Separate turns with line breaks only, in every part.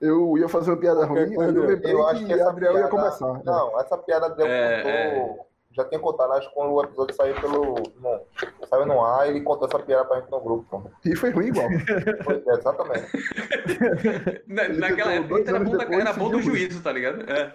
Eu ia fazer uma piada
Qualquer
ruim,
coisa.
mas eu lembrei
Eu acho
que,
que essa
Gabriel ia
piada-
começar. né?
Não, essa piada deu
É,
contou- Já tinha contado, acho que quando o episódio saiu pelo. Não, saiu no ar, ele contou essa piada pra gente no grupo. pô.
E foi ruim igual.
Foi, é, exatamente.
Na-
Ele tentou
naquela época
dois
era
anos
bom, da,
depois
era
e
bom do
seguiu
juízo, tá ligado? É.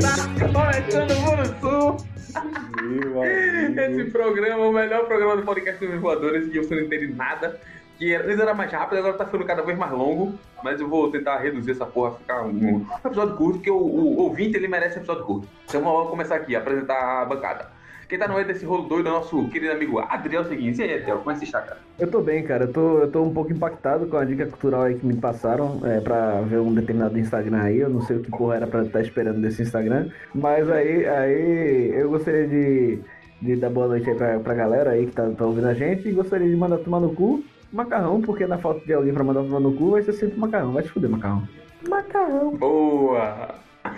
Tá, Começando o Sul,
Meu amigo.
esse programa, é o melhor programa do podcast dos voadores, que eu não entendi nada. Que é, antes era mais rápido, agora tá ficando cada vez mais longo. Mas eu vou tentar reduzir essa porra, ficar um, um episódio curto, porque o, o ouvinte ele merece um episódio curto. Então vamos logo começar aqui, apresentar a bancada. Quem tá no meio desse rolo doido é o nosso querido amigo Adriel Seguinte. E aí, Adriel, como é que você está, cara?
Eu tô bem, cara. Eu tô, eu tô um pouco impactado com a dica cultural aí que me passaram é, pra ver um determinado Instagram aí. Eu não sei o que porra era pra estar esperando desse Instagram. Mas aí, aí eu gostaria de, de dar boa noite aí pra, pra galera aí que tá, tá ouvindo a gente. E gostaria de mandar tomar no cu macarrão, porque na falta de alguém pra mandar tomar no cu vai ser sempre macarrão. Vai te fuder, macarrão. Macarrão.
Boa!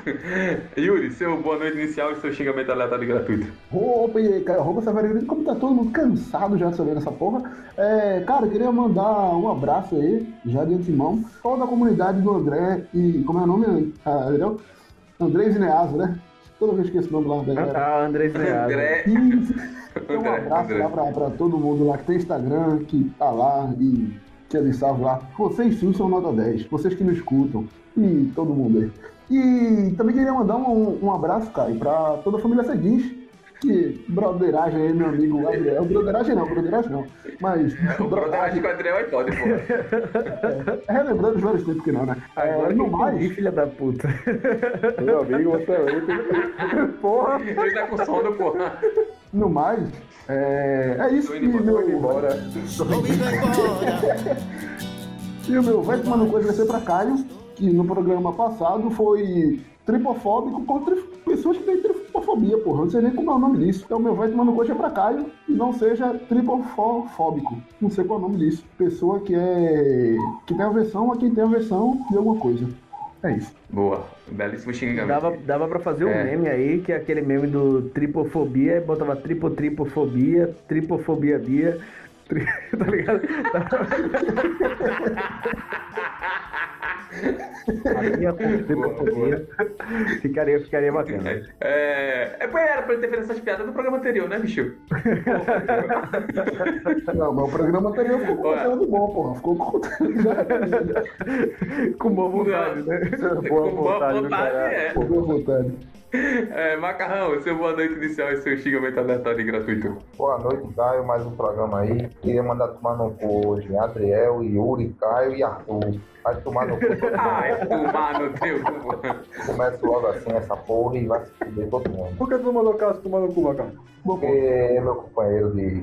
Yuri, seu boa noite inicial e seu xingamento aleatório e gratuito.
Roupa, e aí, cara, roupa Severino, como tá todo mundo cansado já de saber dessa porra. É, cara, eu queria mandar um abraço aí, já de antemão, toda a comunidade do André e. Como é o nome, ah, Adriel? André Zineazo, né? Toda vez que esse nome lá da galera.
Ah, Andrés Neado.
André,
Isso. Então, um
André,
abraço
André.
lá pra, pra todo mundo lá que tem Instagram, que tá lá e que é de salvo lá. Vocês sim são nota 10, vocês que nos escutam e todo mundo aí. E também queria mandar um, um abraço, Caio, pra toda a família Seguins, que broderagem aí, meu amigo Gabriel. Broderagem não, broderagem não. Mas
O broderagem com o Adriel é todo, porra.
relembrando os velhos tempos que não, né?
Agora
É,
que
no
eu
mais,
entendi, filha da puta.
Meu amigo, você é muito-
Porra.
Ele tá com sono, porra.
no mais, é, é isso
Tô
que
indo embora,
meu,
tô indo
Bora.
E o meu vai tomando coisa vai ser pra Caio, que no programa passado foi tripofóbico contra pessoas que têm tripofobia, porra. Eu Não sei nem como é o nome disso. Então, meu vai tomando coisa é pra Caio e não seja tripofóbico. Não sei qual é o nome disso. Pessoa que é. que tem aversão a quem tem aversão de alguma coisa. É isso.
Boa, belíssimo xingamento.
Dava, dava pra fazer um
É.
meme aí, que é aquele meme do tripofobia, e botava tripo tripofobia, tripofobia bia. tri- Tá ligado? A minha com tripofobia. Ficaria, ficaria bacana.
É, é, pô, era pra ele ter feito essas piadas no programa anterior, né, bicho?
Não, mas o programa anterior ficou com
Ué.
conteúdo bom, porra. Ficou com conteúdo.
Com boa vontade, né?
Boa vontade do caralho.
é.
Pô, boa vontade.
É, Macarrão, seu boa noite inicial e seu xingamento aleatório e gratuito.
Boa noite, Caio. Mais um programa aí. Queria mandar tomar no cu hoje. Adriel, Yuri, Caio e Arthur. Vai tomar no cu. todo mundo.
Ai, tomar no teu. porra.
Começa logo assim essa porra e vai se fuder todo mundo.
Por que tu não mandou caso tomar no cu, Macarrão?
Boa,
Porque
porra.
é meu companheiro de.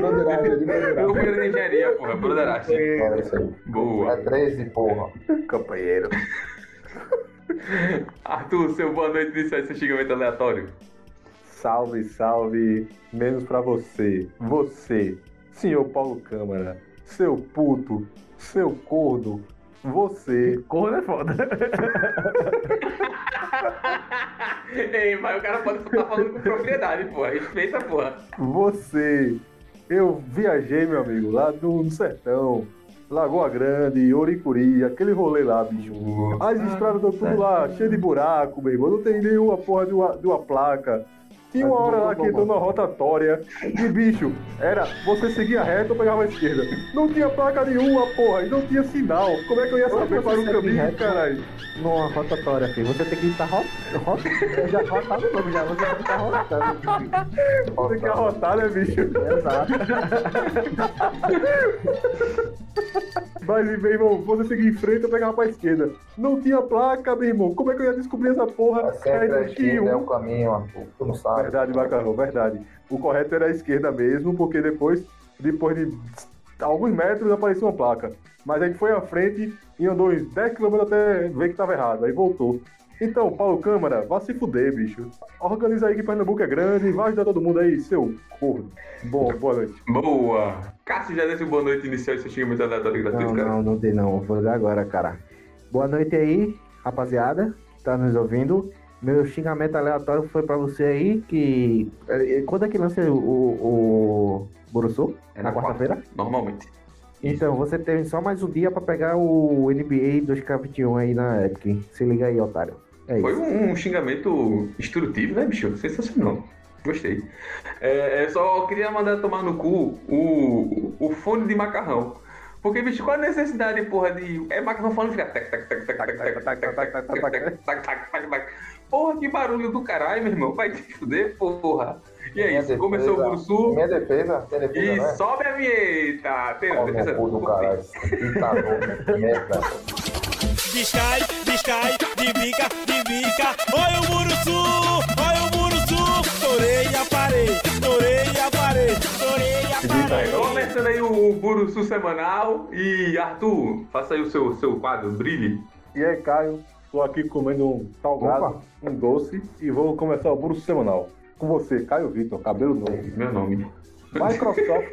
Broderagem, broderagem.
Eu fui de engenharia, porra, broderagem.
Era isso aí.
Boa.
É 13, porra.
Companheiro.
Arthur, seu boa noite inicial e seu xingamento aleatório.
Salve, salve. Menos pra você. Você, senhor Paulo Câmara. Seu puto. Seu corno. Você.
Corno é foda.
Ei, mas o cara pode estar falando com propriedade, porra. Respeita, porra.
Você. Eu viajei, meu amigo, lá do, do sertão. Lagoa Grande, Oricuri, aquele rolê lá, bicho. As estradas estão tudo lá, cheio de buraco, meu irmão. Não tem nenhuma porra de uma, de uma placa. Tinha uma hora lá que entrou numa rotatória. E bicho, era você seguia reto ou pegava a esquerda. Não tinha placa nenhuma, porra, e não tinha sinal. Como é que eu ia saber para o
segue
caminho,
reto?
caralho?
Numa rotatória, filho. Você tem que estar rotando. Já rotado o nome, já. Você tem que estar rotando.
Tem que arrotar, né, bicho?
Exato.
Mas, meu irmão, você seguia em frente ou pegava pra esquerda. Não tinha placa, meu irmão. Como é que eu ia descobrir essa porra?
É sempre a
Aí, tinha
esquerda, é
um-
o caminho, Arthur. Tu não sabe.
Verdade, macarrão, verdade. O correto era a esquerda mesmo, porque depois, depois de alguns metros apareceu uma placa. Mas a gente foi à frente e andou uns 10 km até ver que estava errado. Aí voltou. Então, Paulo Câmara, vá se fuder, bicho. Organiza aí que Pernambuco é grande, vai ajudar todo mundo aí, seu corno. Bom, boa noite.
Boa! Cássio já deu boa noite inicial e você chega muito aleatório gratuito,
Não,
cara.
não, não tem não. Vou ligar agora, cara. Boa noite aí, rapaziada. que Tá nos ouvindo. Meu xingamento aleatório foi pra você aí que. eh, eh, Quando é que lança o, o, o Borussu?
É
na
na quarta.
quarta-feira?
Normalmente.
Então, você tem só mais um dia pra pegar o NBA 2K21 aí na Epic. Se liga aí, otário. É
Foi
isso.
um, um xingamento instrutivo, né, bicho? Sensacional. Gostei. É, eu só queria mandar tomar no cu o, o fone de macarrão. Porque, bicho, qual a necessidade, porra, de. É macarrão falando fica. tac, tac, tac, tac, tac, tac, tac, tac, tac, tac, tac, tac, tac, tac, tac, tac. Porra, que barulho do caralho, meu irmão. Vai te fuder, porra. E é
Minha
isso. Começou o
defesa-
Gursu.
Minha defesa, tem defesa,
E
né?
sobe a vinheta. Tem
Pau
defesa-
no cu do caralho. Ditador, merda.
Descai, descai, de bica, de bica. Olha o Muruçu, olha o Muruçu. Torei a parede, torei a parede, torei a parede.
Começando aí o Buruçu semanal. E Arthur, faça aí o seu, seu quadro, brilhe.
E aí, Caio, tô aqui comendo um salgado, um doce e vou começar o burro semanal. Com você, Caio Vitor, cabelo novo.
Meu nome.
Microsoft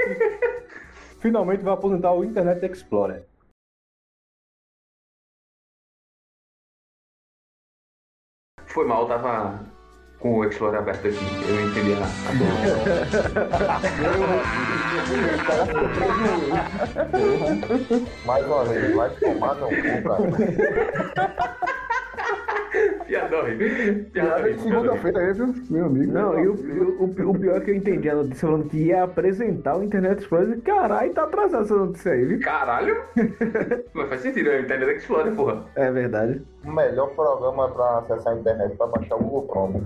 finalmente vai aposentar o Internet Explorer.
Foi mal, tava com o Explorer aberto aqui. Eu não entendi a a pergunta.
Mais uma vez, vai tomar no cu, cara.
Piada horrível. Piada
Piada de
horrível, piada horrível.
segunda-feira aí, viu? Meu amigo.
Não, e o, e o- o pi- o pior é que eu entendi a notícia falando que ia apresentar o Internet Explorer. Caralho, tá atrasada essa notícia aí, viu?
Caralho! Mas faz sentido, é o Internet Explorer, porra.
É verdade.
O melhor programa pra acessar a internet pra baixar o Google Chrome.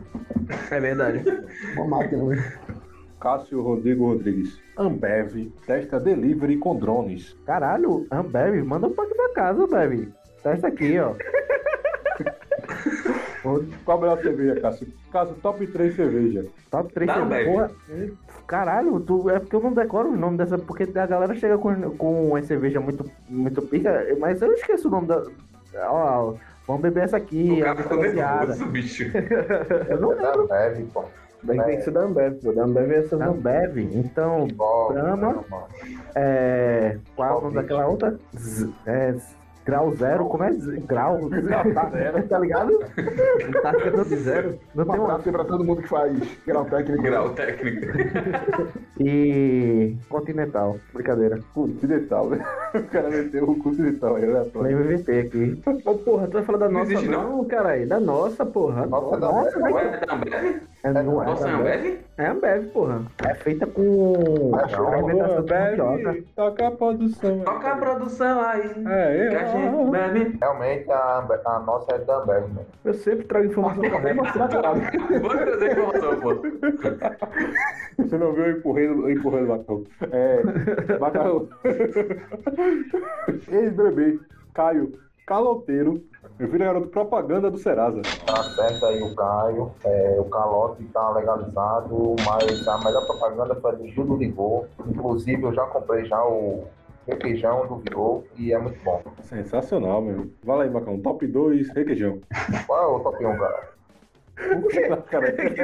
É verdade.
Uma máquina, velho.
Cássio Rodrigo Rodrigues. Ambev testa delivery com drones.
Caralho, Ambev, manda um pack pra casa, Ambev. Testa aqui, ó.
Qual a melhor cerveja, Cássio? Cássio, top 3 cerveja.
Top 3
Não, velho.
porra. Caralho, tu, é porque eu não decoro os nomes dessa, porque a galera chega com, com uma cerveja muito, muito pica, mas eu esqueço o nome da. Ó, ó, vamos beber essa aqui,
O
é
cara ficou
diferenciada.
nervoso, bicho.
"Ah, Eu não
É da Neve, pô.
Mas tem que ser da Ambev, pô. Da Ambev é essa
Não bebe, então.
Igual,
Brahma.
né, mano?
É, qual é o nome
Palpite.
daquela outra? Z- é, grau zero, como é? Z- Grau. tá ligado? Tá ficando de zero. Não
Um
tem uma
abraço aí pra todo mundo que faz grau técnico.
Grau técnico.
um- E. Continental. Brincadeira.
Continental, né? O cara meteu o continental aí, olha só.
Nem me inventei aqui.
Ô, porra, tu vai falar da nossa
existe,
não, caralho. Da nossa, né? porra.
Nossa, é da
Nossa,
Neve.
Ué, tá Ambev?
É, não, é,
Nossa, é
da-
Ambev?
É Ambev, porra. é
é feita com.
Ah, não.
fermentação
Ambev, toca a produção.
Toca a produção aí.
É,
Que a gente
é.
bebe.
Realmente a, Ambe- a nossa é da Ambev, mano.
Eu sempre trago informação correta.
Vamos trazer informação, pô.
Você não viu eu empurrando, eu empurrando o batom. É, macarrão. Ex-bebê, Caio, caloteiro, vira garoto propaganda do Serasa.
Tá certo aí o Caio, é, o calote tá legalizado, mas a melhor propaganda foi a de Gil do Vigor. Inclusive, eu já comprei já o requeijão do Vigor e é muito bom.
Sensacional, meu. Vai lá aí, Macarrão. Top 2, requeijão.
Qual é o top 1, cara?
Cara,
Peguei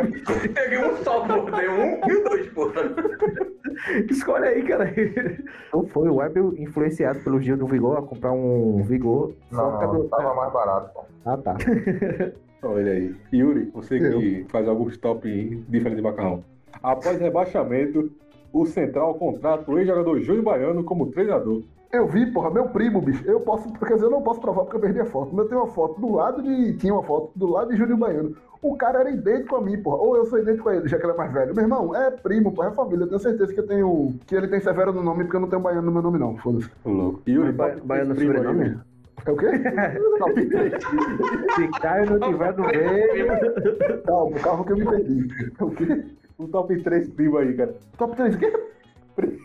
um só, pô. Dei um e dois, pô.
Tipo,
Escolhe aí, caralho.
Então foi o web influenciado pelo Gil do Vigor a comprar um Vigor. só por
Não,
causa
não,
do-
tava mais barato, pô.
Ah, tá.
Olha aí. Yuri, você que faz alguns top diferentes de Macarrão. Após rebaixamento, o Central contrata o ex-jogador Júnior Baiano como treinador.
Eu vi, porra, meu primo, bicho. Eu posso, quer dizer, eu não posso provar porque eu perdi a foto. Mas eu tenho uma foto do lado de. Tinha uma foto do lado de Júlio Baiano. O cara era idêntico a mim, porra. Ou eu sou idêntico a ele, já que ele é mais velho. Meu irmão, é primo, porra, é família. Eu tenho certeza que eu tenho. Que ele tem Severo no nome, porque eu não tenho baiano no meu nome, não. Foda-se.
Louco. Yuri,
Ba-
top
baiano
três primo aí,
sobrenome?
Yuri.
É o quê?
Top 3.
Se Caio não tiver no meio.
Calma, calma que eu me perdi. É o quê?
O top 3 primo aí, cara.
Top 3, quê?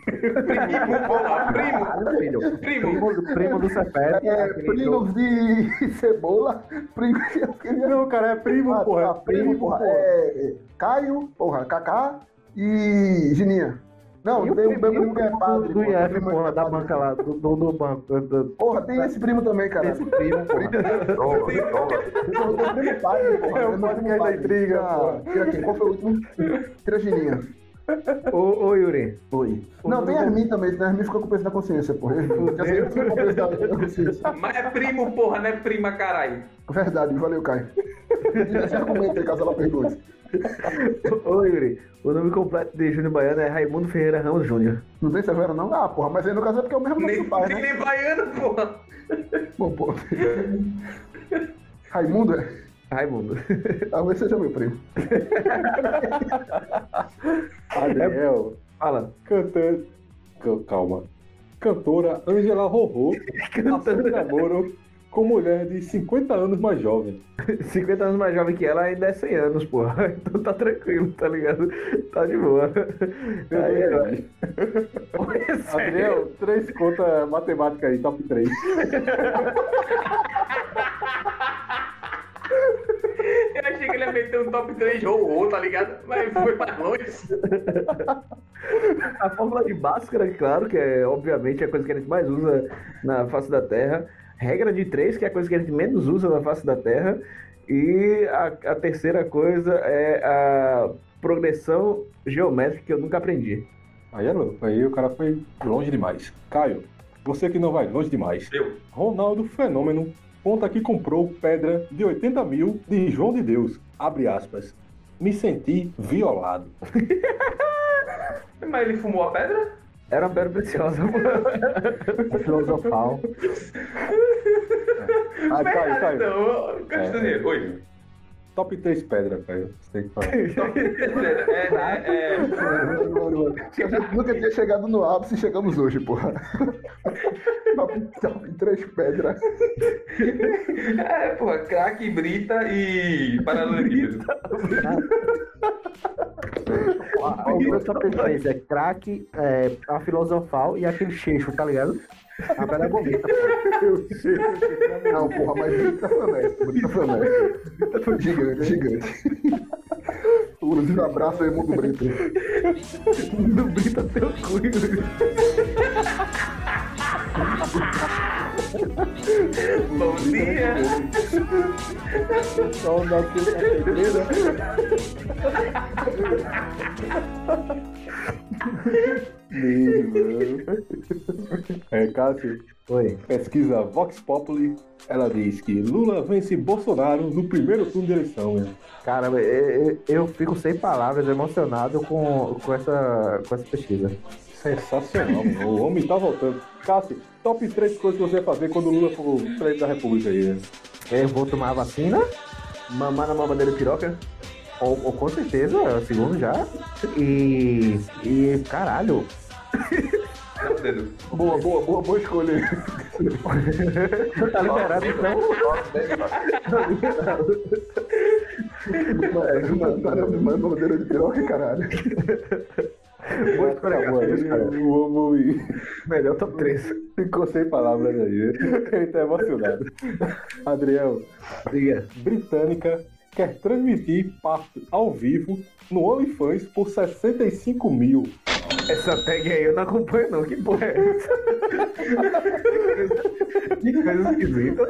Primo, porra. Primo.
filho.
Primo.
Primo, do- primo do Cepete.
É, primos de cebola. Primos. Eu queria
Não, cara, é primo,
Ah,
porra.
tá,
É primo, porra.
É, é, Caio, porra, Kaká e Gininha. Não,
E o
tem o
primo- e o
primo que é
primo
padre.
Do
pô, o
IF,
primo é
porra, da
padre.
banca lá, do, do, do banco. do-
Porra, tem esse primo também, cara. Tem
primo,
Douglas, Douglas.
o primo padre, porra.
É o
Tem
podcast da
padre.
intriga,
Ah,
porra.
tira quem? Qual foi o último? Tira a Gininha.
Ô, ô, Yuri.
Oi. Não, tem Armin também, senão Armin ficou com o peso da consciência, porra. Já sei que ficou com o peso da consciência.
Mas é primo, porra, não é prima, caralho.
Verdade, valeu, Caio. Deixa eu comentar aí, caso ela pergunte.
Ô, Yuri. O nome completo de Júnior Baiano é Raimundo Ferreira Ramos Júnior.
Não tem Severo, não? Ah, porra, mas aí no caso é porque é o mesmo nome
Nem,
do pai,
nem
né?
é baiano, porra.
Bom, pô. Raimundo, é?
Raimundo.
talvez seja meu primo.
Adriel,
Fala.
cantante. É ca- Calma. Cantora Angela Rorô
Tá
assume namoro com mulher de 50 anos mais jovem.
50 anos mais jovem que ela ainda é 100 anos, porra. Então tá tranquilo, tá ligado? Tá de boa.
Meu
Aí,
Deus.
ó. Pô, é sério.
Adriel, três conta matemática aí, top 3.
Eu achei que ele ia meter um top 3 ou tá ligado? Mas foi mais longe.
A fórmula de Bhaskara, claro, que é obviamente a coisa que a gente mais usa na face da Terra. Regra de três, que é a coisa que a gente menos usa na face da Terra. E a, a terceira coisa é a progressão geométrica que eu nunca aprendi.
Aí, é louco, aí o cara foi longe demais. Caio, você que não vai longe demais.
Eu.
Ronaldo Fenômeno conta que comprou pedra de 80 mil de João de Deus. Abre aspas. Me senti violado.
Mas ele fumou a pedra?
Era uma pedra preciosa.
É
Filosofal. Ah, Caio,
Verdade,
Caio.
então. Castanheiro, oi.
Top 3 pedra, Caio. Você tem que falar.
É, é, é.
A gente nunca tinha chegado no ápice e chegamos hoje, porra. Top, top, três pedras.
É, porra, craque, brita e paralelepípedo.
Ah, o meu top três é crack, é, a filosofal e aquele cheixo, tá ligado? A pedra é bonita.
Não, porra, mas Brita Flanesto. Brita Flanesto. Gigante, gigante. Inclusive, um abraço aí, mundo Brito.
Do Brita teu cu.
Bom dia.
Só na sexta-feira. Lindo, mano. É, Cássio,
Oi.
pesquisa Vox Populi, ela diz que Lula vence Bolsonaro no primeiro turno de eleição. Né?
Cara, eu, eu- eu fico sem palavras, emocionado com, com, essa, com essa pesquisa.
Sensacional, mano. o homem tá voltando. Cássio, top 3 coisas que você vai fazer quando o Lula for presidente da República aí. né?
Eu vou tomar a vacina? Mamar na mamadeira de piroca? Ou, ou com certeza, é o segundo já. E. E caralho.
Dá o dedo.
Boa, boa, boa, boa escolha. aí.
Tá liberado, então.
É, Mas não tá na bandeira de piroca, caralho.
Boa escolha, boa né, escolha.
O homem
Melhor top 3.
ficou sem palavras aí. né? Ele tá emocionado. Adriel,
Diga.
britânica quer transmitir parto ao vivo no OnlyFans por 65 mil.
Essa tag aí eu não acompanho, não. Que porra é essa? que coisa esquisita.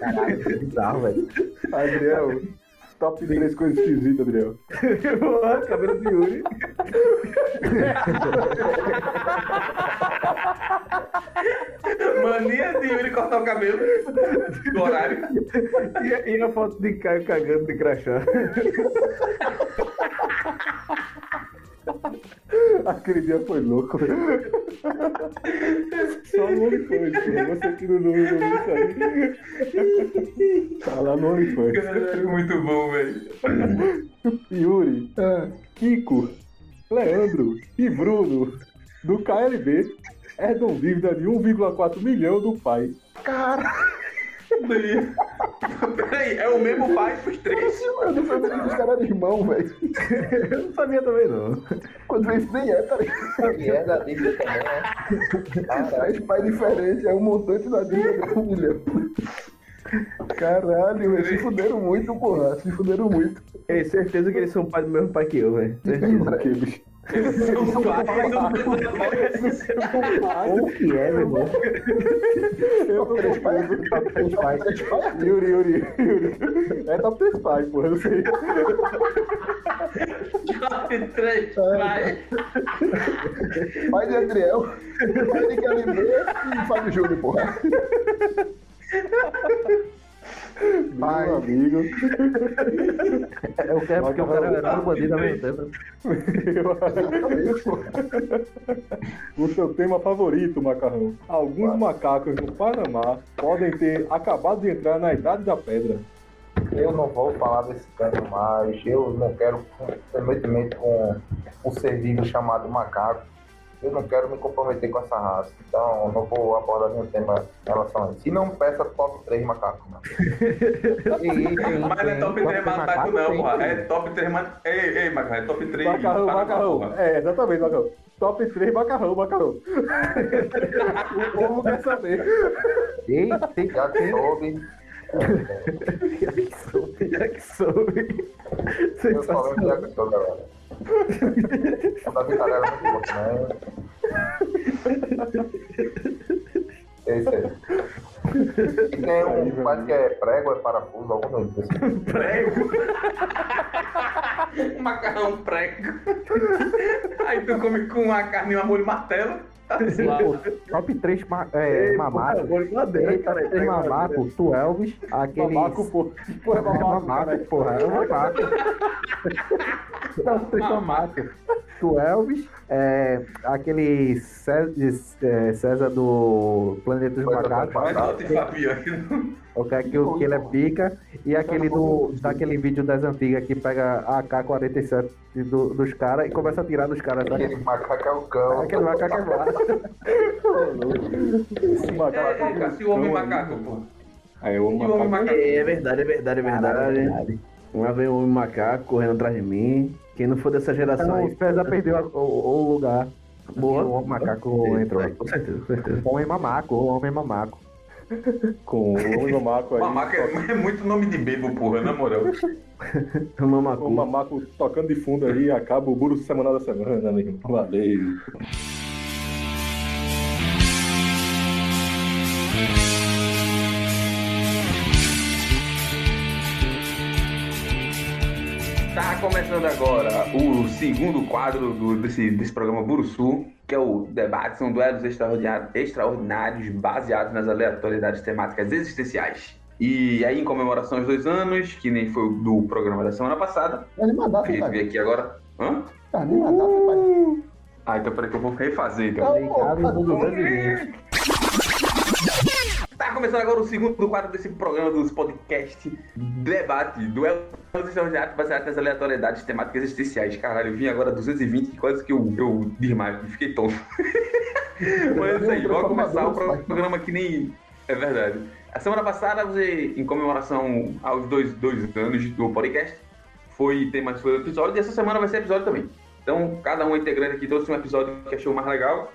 Caralho, que É bizarro, velho.
Adriel, top 3 coisas esquisitas, Adriel.
Porra, cabelo de Yuri.
Mania de Yuri cortar o cabelo do horário.
E, a- e a foto de Caio cagando de crachá.
Aquele dia foi louco. velho. Só no OnlyFans, pô. você que não não- não viu isso aí. Tá lá no OnlyFans.
Caralho, muito bom, velho.
Yuri,
É.
Kiko, Leandro e Bruno do KLB herdam dívida de 1,4 milhão do pai.
Peraí, é o mesmo pai pros três.
Eu não sabia que os um caras eram irmão, velho.
Eu não sabia também, não.
Quando isso nem é, tá ligado?
E é da Bíblia também, né? Caralho.
Três pais diferentes, é um montante da dívida de um milhão. Caralho, eles se fuderam muito, um porra. Se fuderam muito.
É certeza que eles são pai do mesmo pai que eu, velho. Certeza.
Porque, bicho,
Seu pai não precisa
O que é, meu irmão?
Eu tô
Três pais.
Três pais.
Yuri, Yuri, Yuri. É top 3 pais, porra. Eu não sei.
de é três
É.
pais.
Pai de Adriel, pai de Calibre e Fábio Júnior, porra.
Meu amigo.
É, eu quero porque o cara era todo bandido ao mesmo tempo.
O seu tema favorito, macarrão. Alguns macacos no Panamá podem ter acabado de entrar na Idade da Pedra.
Eu não vou falar desse canto mais. Eu não quero comprometimento com o ser vivo chamado macaco. Eu não quero me comprometer com essa raça. Então, eu não vou abordar nenhum tema em relação a isso. E não peça top 3 macaco, não.
Mas não é top 3 macaco, não, porra. É top 3 macaco. Ei, ei, macaco, é top 3
Macarrão, macarrão. É, exatamente, macarrão. Top 3 macarrão, macarrão. o povo
é
quer saber.
Eita,
Já que soube,
que soube, já que soube.
eu falando que já que soube, galera. O da Vitória era muito bom, né? É isso aí. E tem um, parece que é prego, é parafuso, alguma coisa desse tipo.
prego. um macarrão prego. Aí tu come com uma carne e um molho martelo.
Top 3 ma é, mamaco. Eita, top 3 mamaco, tu Elvis, aquele.
Mamaco, porra.
É mamaco, porra. É mamaco. Top 3 mamaco. Tá Tu Elvis, é, aquele César, é, César do Planeta dos
Planeta dos
Macacos.
Mas não te sabia.
O que, é que, o- que ele é pica. E aquele do, daquele vídeo das antigas que pega a AK-47 do- dos caras e começa a tirar dos caras. Sabe?
Aquele macaco é o cão.
Aquele macaco é massa.
Esse macaco.
É, cara, se o homem macaco, porra.
Aí eu
E o homem macaco.
É, é verdade, é verdade, é verdade. Uma vez um homem macaco correndo atrás de mim. Quem não for dessa geração
Então,
aí.
o César perdeu a- o, o lugar.
Boa.
E O macaco entrou.
Com certeza, com certeza.
Homem é mamaco, homem mamaco.
Com o mamaco aí.
Mamaca é, é muito nome de bebo, porra, na moral.
O
Com
mamacu.
o mamaco tocando de fundo aí, acaba o buro semanal da semana, meu irmão. Valeu.
Tá começando agora o segundo quadro do- desse, desse programa Buruçu, que é o debate, são duelos extraordinários, extraordinários baseados nas aleatoriedades temáticas existenciais. E aí, em comemoração aos dois anos, que nem foi o do programa da semana passada,
Carlinhos Madat,
que a gente
pai.
veio aqui agora. Hã?
Carlinhos Madat, pai.
Ah, então peraí que eu vou refazer, então.
Não, pô,
Obrigado, mundo
tá-
grande.
Tá começando agora o segundo quadro desse programa dos podcast Debate, duelos extraordinários baseados nas aleatoriedades temáticas existenciais. Caralho, eu vim agora 220, quase que eu, eu desmaio, fiquei tonto. Mas é isso aí, vamos começar o programa que nem. É verdade. A semana passada, você, em comemoração aos dois, dois anos do podcast, foi tem mais foi o episódio, e essa semana vai ser episódio também. Então, cada um integrante aqui trouxe um episódio que achou mais legal.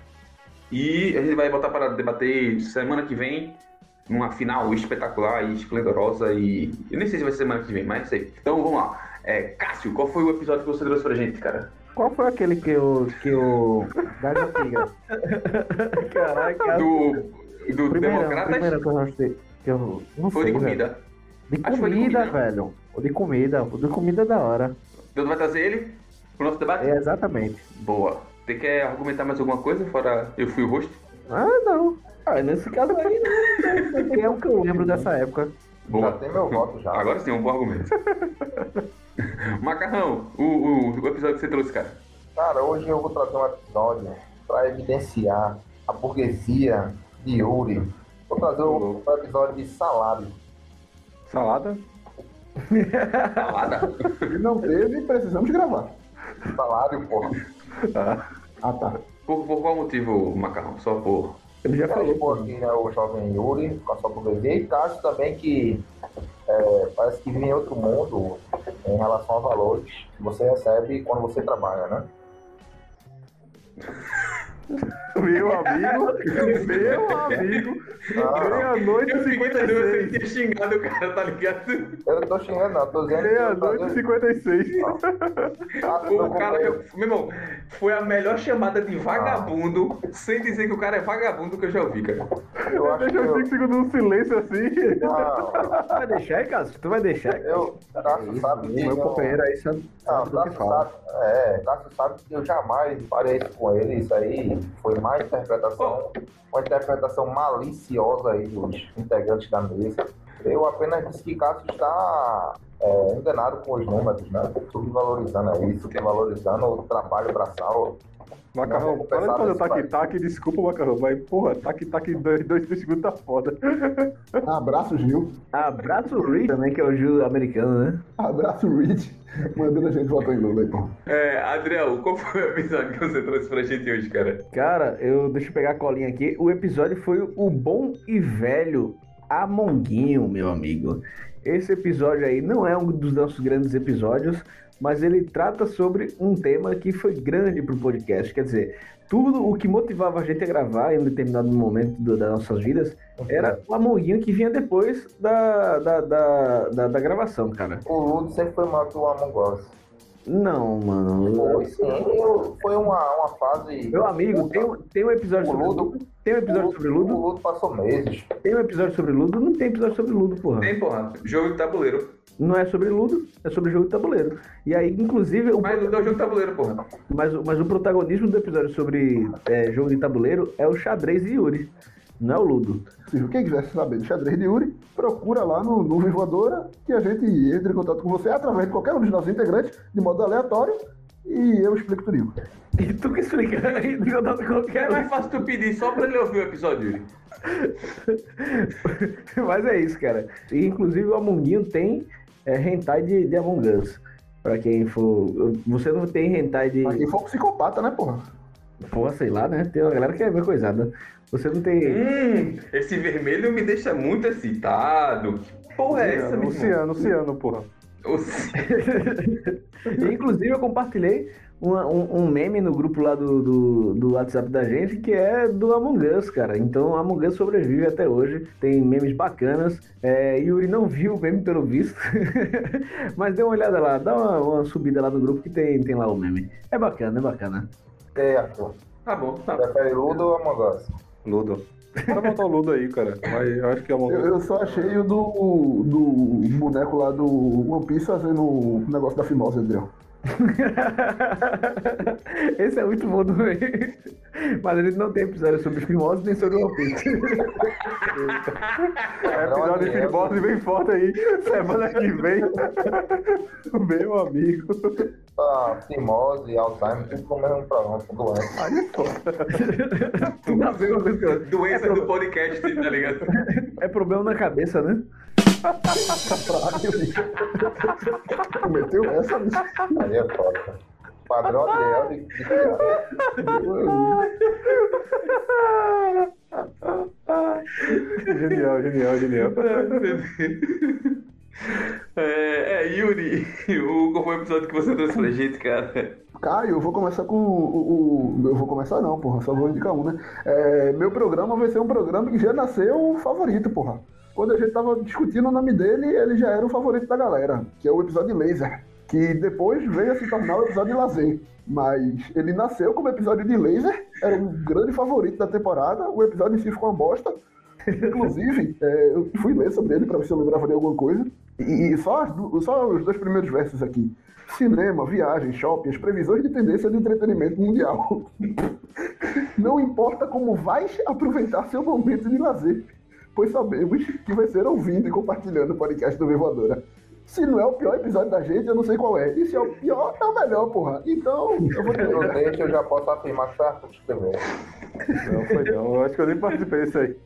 E a gente vai botar para debater semana que vem, numa final espetacular e esplendorosa. E eu nem sei se vai ser semana que vem, mas não sei. Então vamos lá. É, Cássio, qual foi o episódio que você trouxe pra gente, cara?
Qual foi aquele que o. que o. das antigas?
É
Caraca.
Do, do
Primeiro,
Democratas?
primeiro que eu gostei. Que eu não
Foi de
sei, velho.
comida.
De
Acho que foi de
comida,
comida.
velho. O de comida. O de comida é da hora.
Então tu vai trazer ele pro nosso debate?
É, exatamente.
Boa. Você quer argumentar mais alguma coisa fora eu fui o rosto?
Ah, não.
Ah, nesse caso aí, né?
Que é o que eu lembro dessa época.
Boa.
Já tem meu voto já.
Agora sim, é um bom argumento. Macarrão, o, o- o episódio que você trouxe, cara.
Cara, hoje eu vou trazer um episódio para evidenciar a burguesia de Yuri. Vou trazer um, um episódio de salário.
Salada?
Salada.
Ele não teve, precisamos gravar.
Salário, porra.
Ah, tá.
Por, por qual motivo, Macarrão? Só por.
Ele já falou.
Participou aqui né, o jovem Yuri com a sua burguesia e Cássio também que é, parece que vive em outro mundo em relação a valores que você recebe quando você trabalha, né?
Meu amigo, meu amigo,
Ah,
meia-noite e
Eu fiquei entendendo você
56.
tinha xingado o cara, tá ligado?
eu não tô xingando, não. Tô dizendo tá que eu tô
Meia-noite e
fazendo
56.
fato do
O cara,
companheiro.
meu irmão, foi a melhor chamada de vagabundo, sem dizer que o cara é vagabundo que eu já ouvi, cara.
Eu acho que
Deixa eu
eu...
5 segundos no silêncio assim.
Não,
Tu vai deixar aí, Ah, Cássio? Tu vai deixar?
eu... Cássio sabe que...
Meu
eu-
companheiro aí sabe,
Não,
sabe do que
Ah,
tá,
Cássio
fala.
sabe, é, Cássio sabe que eu jamais farei isso com ele. Isso aí foi má interpretação, uma interpretação maliciosa aí dos integrantes da mesa. Eu apenas disse que Cássio está é, enganado com os números, né? Subvalorizando aí, subvalorizando o trabalho braçal.
Macarrão,
Não,
para de fazer o
pesado esse
tac-tac, desculpa, Macarrão, mas porra, tac-tac em 2 segundos tá foda.
Abraço, Gil.
Abraço Rich também, que é o Gil americano, né?
Abraço, Rich. Mandando a gente votar em Lula, então.
É, Adriel, qual foi o episódio que você trouxe pra gente hoje, cara?
Cara, eu deixa eu pegar a colinha aqui. O episódio foi o bom e velho Amonguinho, meu amigo. Esse episódio aí não é um dos nossos grandes episódios, mas ele trata sobre um tema que foi grande pro podcast. Quer dizer, tudo o que motivava a gente a gravar em um determinado momento do- das nossas vidas
Uhum.
era o Amonguinho que vinha depois da, da, da, da, da gravação, cara.
O Ludo sempre foi mal que o Among Us.
Não, mano.
Foi, sim, eu- foi uma, uma fase.
Meu amigo, tem, um- tem um episódio
O
sobre
Ludo-
Ludo. Tem um episódio sobre Ludo.
O Ludo passou meses.
Tem um episódio sobre Ludo? Não tem episódio sobre Ludo, porra.
Tem, porra, jogo de tabuleiro.
Não é sobre Ludo, é sobre jogo de tabuleiro. E aí, inclusive, o,
Mas não é o jogo de tabuleiro, porra.
mas, o- mas o protagonismo do episódio sobre é, jogo de tabuleiro é o xadrez de Yuri, não é o Ludo.
Seja, quem quiser saber do xadrez de Yuri, procura lá no Nuvem Voadora, que a gente entra em contato com você através de qualquer um dos nossos integrantes, de modo aleatório, e eu explico tudo.
E tu que explica aí, de contato com
É
qualquer
mais fácil tu pedir só pra ele ouvir o episódio, Yuri.
um. Mas é isso, cara. E, inclusive, o Amonguinho tem é, hentai de, de Among Us. Pra quem for... Você não tem hentai de...
Pra quem for psicopata, né, porra?
Porra, sei lá, né? Tem uma galera que é meio coisada. Você não tem...
Hum, esse vermelho me deixa muito excitado. Que Porra, é essa, meu irmão?
Luciano, Luciano, porra.
Oceano.
E, Inclusive, eu compartilhei uma- um, um meme no grupo lá do, do, do WhatsApp da gente que é do Among Us, cara. Então, Among Us sobrevive até hoje. Tem memes bacanas. É, Yuri não viu o meme, pelo visto. Mas dê uma olhada lá, dá uma, uma subida lá no grupo que tem, tem lá o meme. É bacana, é bacana.
E aí, É, Arthur?
Tá bom, tá bom.
Prefere Ludo ou Among Us?
Ludo. Para botar o Ludo aí, cara. Mas eu acho que é uma.
Eu, eu só achei o do, do boneco lá do One Piece fazendo o negócio da fimose, Adriel.
Esse é muito bom do meme. Mas ele não tem episódio sobre fimose nem sobre o Piece.
É episódio de Finboss bem forte aí. Semana que vem. Meu amigo.
Ah, fimose, Alzheimer, tudo com o mesmo problema, com doença.
Tu não vê uma coisa que eu-
Doença do podcast, tá ligado?
É problema na cabeça, né?
Cometeu essa, bicho.
Aí é foda. Padrão Adriel de de criança.
Genial, genial, genial.
É, é, Yuri, o, qual foi o episódio que você trouxe pra gente, cara?
Caio, eu vou começar com o, o- Eu vou começar não, porra, só vou indicar um, né? É, meu programa vai ser um programa que já nasceu favorito, porra. Quando a gente tava discutindo o nome dele, ele já era o favorito da galera, que é o episódio Laser. Que depois veio a se tornar o episódio de lazer. Mas ele nasceu como episódio de laser, era um grande favorito da temporada, o episódio em si ficou uma bosta. Inclusive, é, eu fui ler sobre ele pra ver se eu lembrava de alguma coisa. E e só, as du- só os dois primeiros versos aqui. Cinema, viagem, shopping, as previsões de tendência de entretenimento mundial. Não importa como vais aproveitar seu momento de lazer, pois sabemos que vai ser ouvindo e compartilhando o podcast do Vivoadora. Se não é o pior episódio da gente, eu não sei qual é. E se é o pior, é o melhor, porra. Então, eu vou ter
No texto eu já posso afirmar que foi Arthur que escreveu.
Não, foi não. Eu acho que eu nem participei disso aí.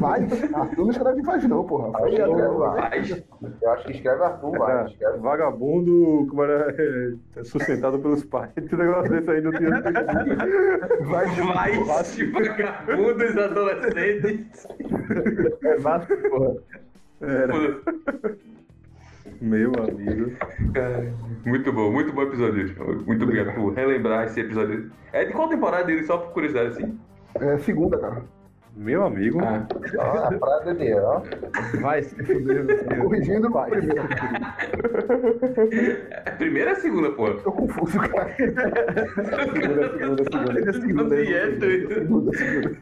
Vai, Arthur não escreve faz não, porra.
Acho que
Vai,
escreve
Adriano.
lá.
Paz.
Eu acho que escreve Arthur lá.
Era
Escreve
Ah, vagabundo como era é, sustentado pelos pais. Esse negócio desse aí não tinha.
Vai, vagabundos adolescentes.
É Vasco, porra.
Era. Meu amigo.
Cara, Muito bom, muito bom episódio. Edson. Muito obrigado por relembrar esse episódio. É de qual temporada ele, só por curiosidade, assim?
É segunda, cara.
Meu amigo.
Ah,
Ó, a praia dele, ó.
Vai se fuder, você.
Corrigindo o primeiro.
é primeira ou segunda, pô?
Eu confuso, cara.
Segunda, segunda, segunda.
Segunda, segunda, segunda.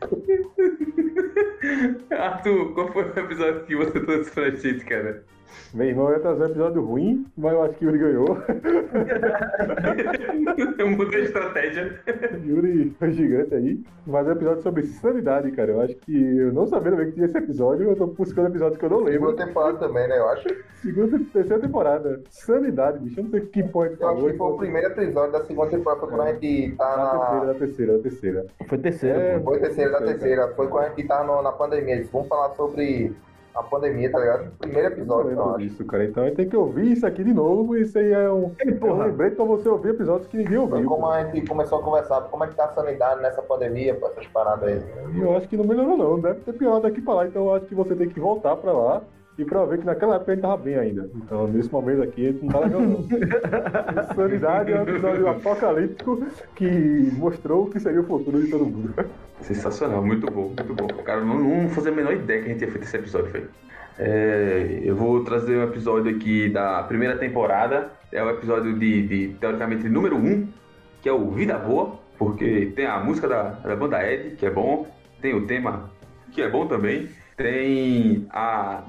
Arthur, qual foi o episódio que você trouxe pra gente, cara?
Meu irmão eu ia trazer um episódio ruim, mas eu acho que Yuri ganhou.
Eu mudei a estratégia.
Yuri é gigante aí. Mas é um episódio sobre sinceridade, cara. Eu acho que eu não sabia também que tinha esse episódio, eu tô buscando episódios que eu não lembro.
Segunda temporada também, né? Eu acho,
Segunda, terceira temporada. Sanidade, bicho. Eu não sei que porra que
eu acho
falou.
que foi o primeiro episódio da segunda temporada. Foi quando a gente tá
Da terceira,
na.
da terceira, da terceira.
Foi terceiro.
É,
Foi terceira da terceira. Foi quando a gente tá no- na pandemia. Eles vão falar sobre a pandemia, tá ligado? Primeiro
Eu
episódio, eu
lembro
acho.
disso, cara. Então eu tenho que ouvir isso aqui de novo. Isso aí é um. Eu lembrei pra você ouvir episódios que ninguém
Foi
ouviu.
como a gente começou a conversar. Como é que tá a sanidade nessa pandemia, pô, essas paradas aí?
E eu acho que não melhorou, não. Deve ter piorado daqui pra lá. Então eu acho que você tem que voltar pra lá. E pra ver que naquela época a gente tava bem ainda. Então, nesse momento aqui, não tá legal, não. Sanidade é um episódio apocalíptico que mostrou o que seria o futuro de todo mundo.
Sensacional, muito bom, muito bom. Cara, eu não, não fazia a menor ideia que a gente tinha feito esse episódio, velho. É, eu vou trazer um episódio aqui da primeira temporada. É o episódio de, de, teoricamente, número 1, que é o Vida Boa, porque tem a música da, da banda Ed, que é bom, tem o tema, que é bom também, tem a,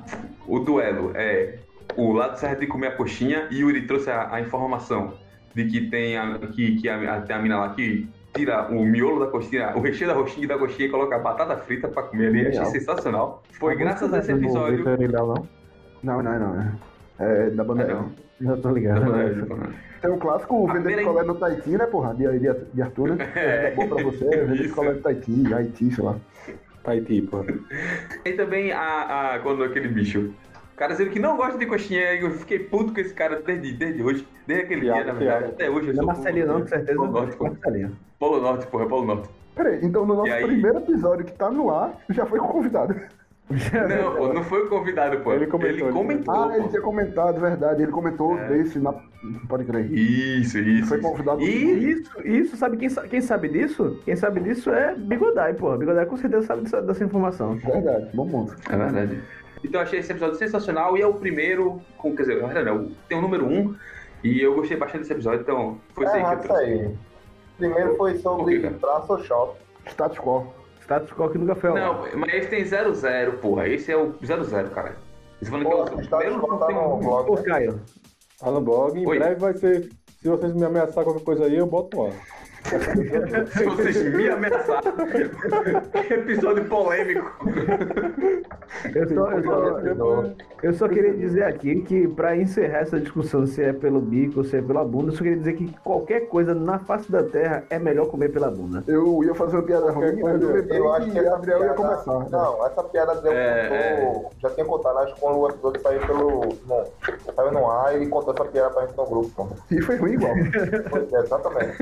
o duelo, é o lado certo de comer a coxinha, e Yuri trouxe a, a informação de que tem a, que, que a, tem a mina lá que tira o miolo da coxinha, o recheio da coxinha da coxinha e coloca batata frita pra comer ali. Achei
Genial.
sensacional.
Tá
Foi graças a esse episódio.
é
Não, não, não. não. É da
Ah,
bandeira.
não.
Não tô
É
ligado.
Tem o clássico
A
vender
primeira-
picolé no Taiti, né, porra? De, de, de Arthur, né?
É.
É. bom pra você, vender
Isso.
picolé no Taiti, Haiti, sei lá.
Tá
Taiti,
tipo.
pô.
E também a, a quando aquele bicho. O cara sendo que não gosta de coxinha, eu fiquei puto com esse cara desde, desde hoje, desde aquele
Piada,
dia, na verdade,
piada.
até hoje. eu
Não é
sou
Marcelinho,
puto.
não, com certeza.
Polo Norte, pô.
Marcelinho.
Polo Norte, porra, Polo Norte.
Peraí, então no nosso
E aí?
primeiro episódio que tá no ar, já foi convidado.
Não, pô, não foi o convidado, pô.
Ele comentou,
Ele
ele
comentou,
Ah, ele
pô. É.
tinha comentado, verdade. Ele comentou desse na. Pode crer.
Isso, isso.
Foi
isso.
convidado.
E
Isso, isso, sabe quem, sa- quem sabe disso? Quem sabe disso é Bigodai, porra. Bigodai com certeza sabe dessa, dessa informação.
Verdade, bom ponto.
É verdade. Então eu achei esse episódio sensacional e é o primeiro, com, quer dizer, na verdade não, tem o número um e eu gostei bastante desse episódio, então foi isso
É
aí que eu
errado isso
trouxe.
aí. Primeiro foi sobre
Por quê, cara?
traço shop.
Status quo.
Status quo aqui no café, ó.
Não, mas esse tem 00, porra, esse é o 00, cara. Esse falando que é
Pô,
o
essa história de
primeiro
botar
tem
no
um-
blog.
Ô, Caio,
Alan Blog, em
Oi.
breve vai ser. Se vocês me ameaçar qualquer coisa aí, eu boto lá.
Se vocês me ameaçaram, episódio polêmico.
eu só, eu só-
Depois-
eu só queria dizer aqui que, pra encerrar essa discussão, se é pelo bico ou se é pela bunda, eu só queria dizer que qualquer coisa na face da terra é melhor comer pela bunda.
Eu ia fazer uma piada ruim, mas eu lembrei
Eu acho que essa
Gabriel
piada...
ia começar. né?
Não, essa piada deu
É,
contou- Já tinha contado, acho que quando o episódio saiu pelo. Não, saiu no ar, ele contou essa piada pra gente no grupo. pô.
E foi ruim igual.
Pois é, Exatamente.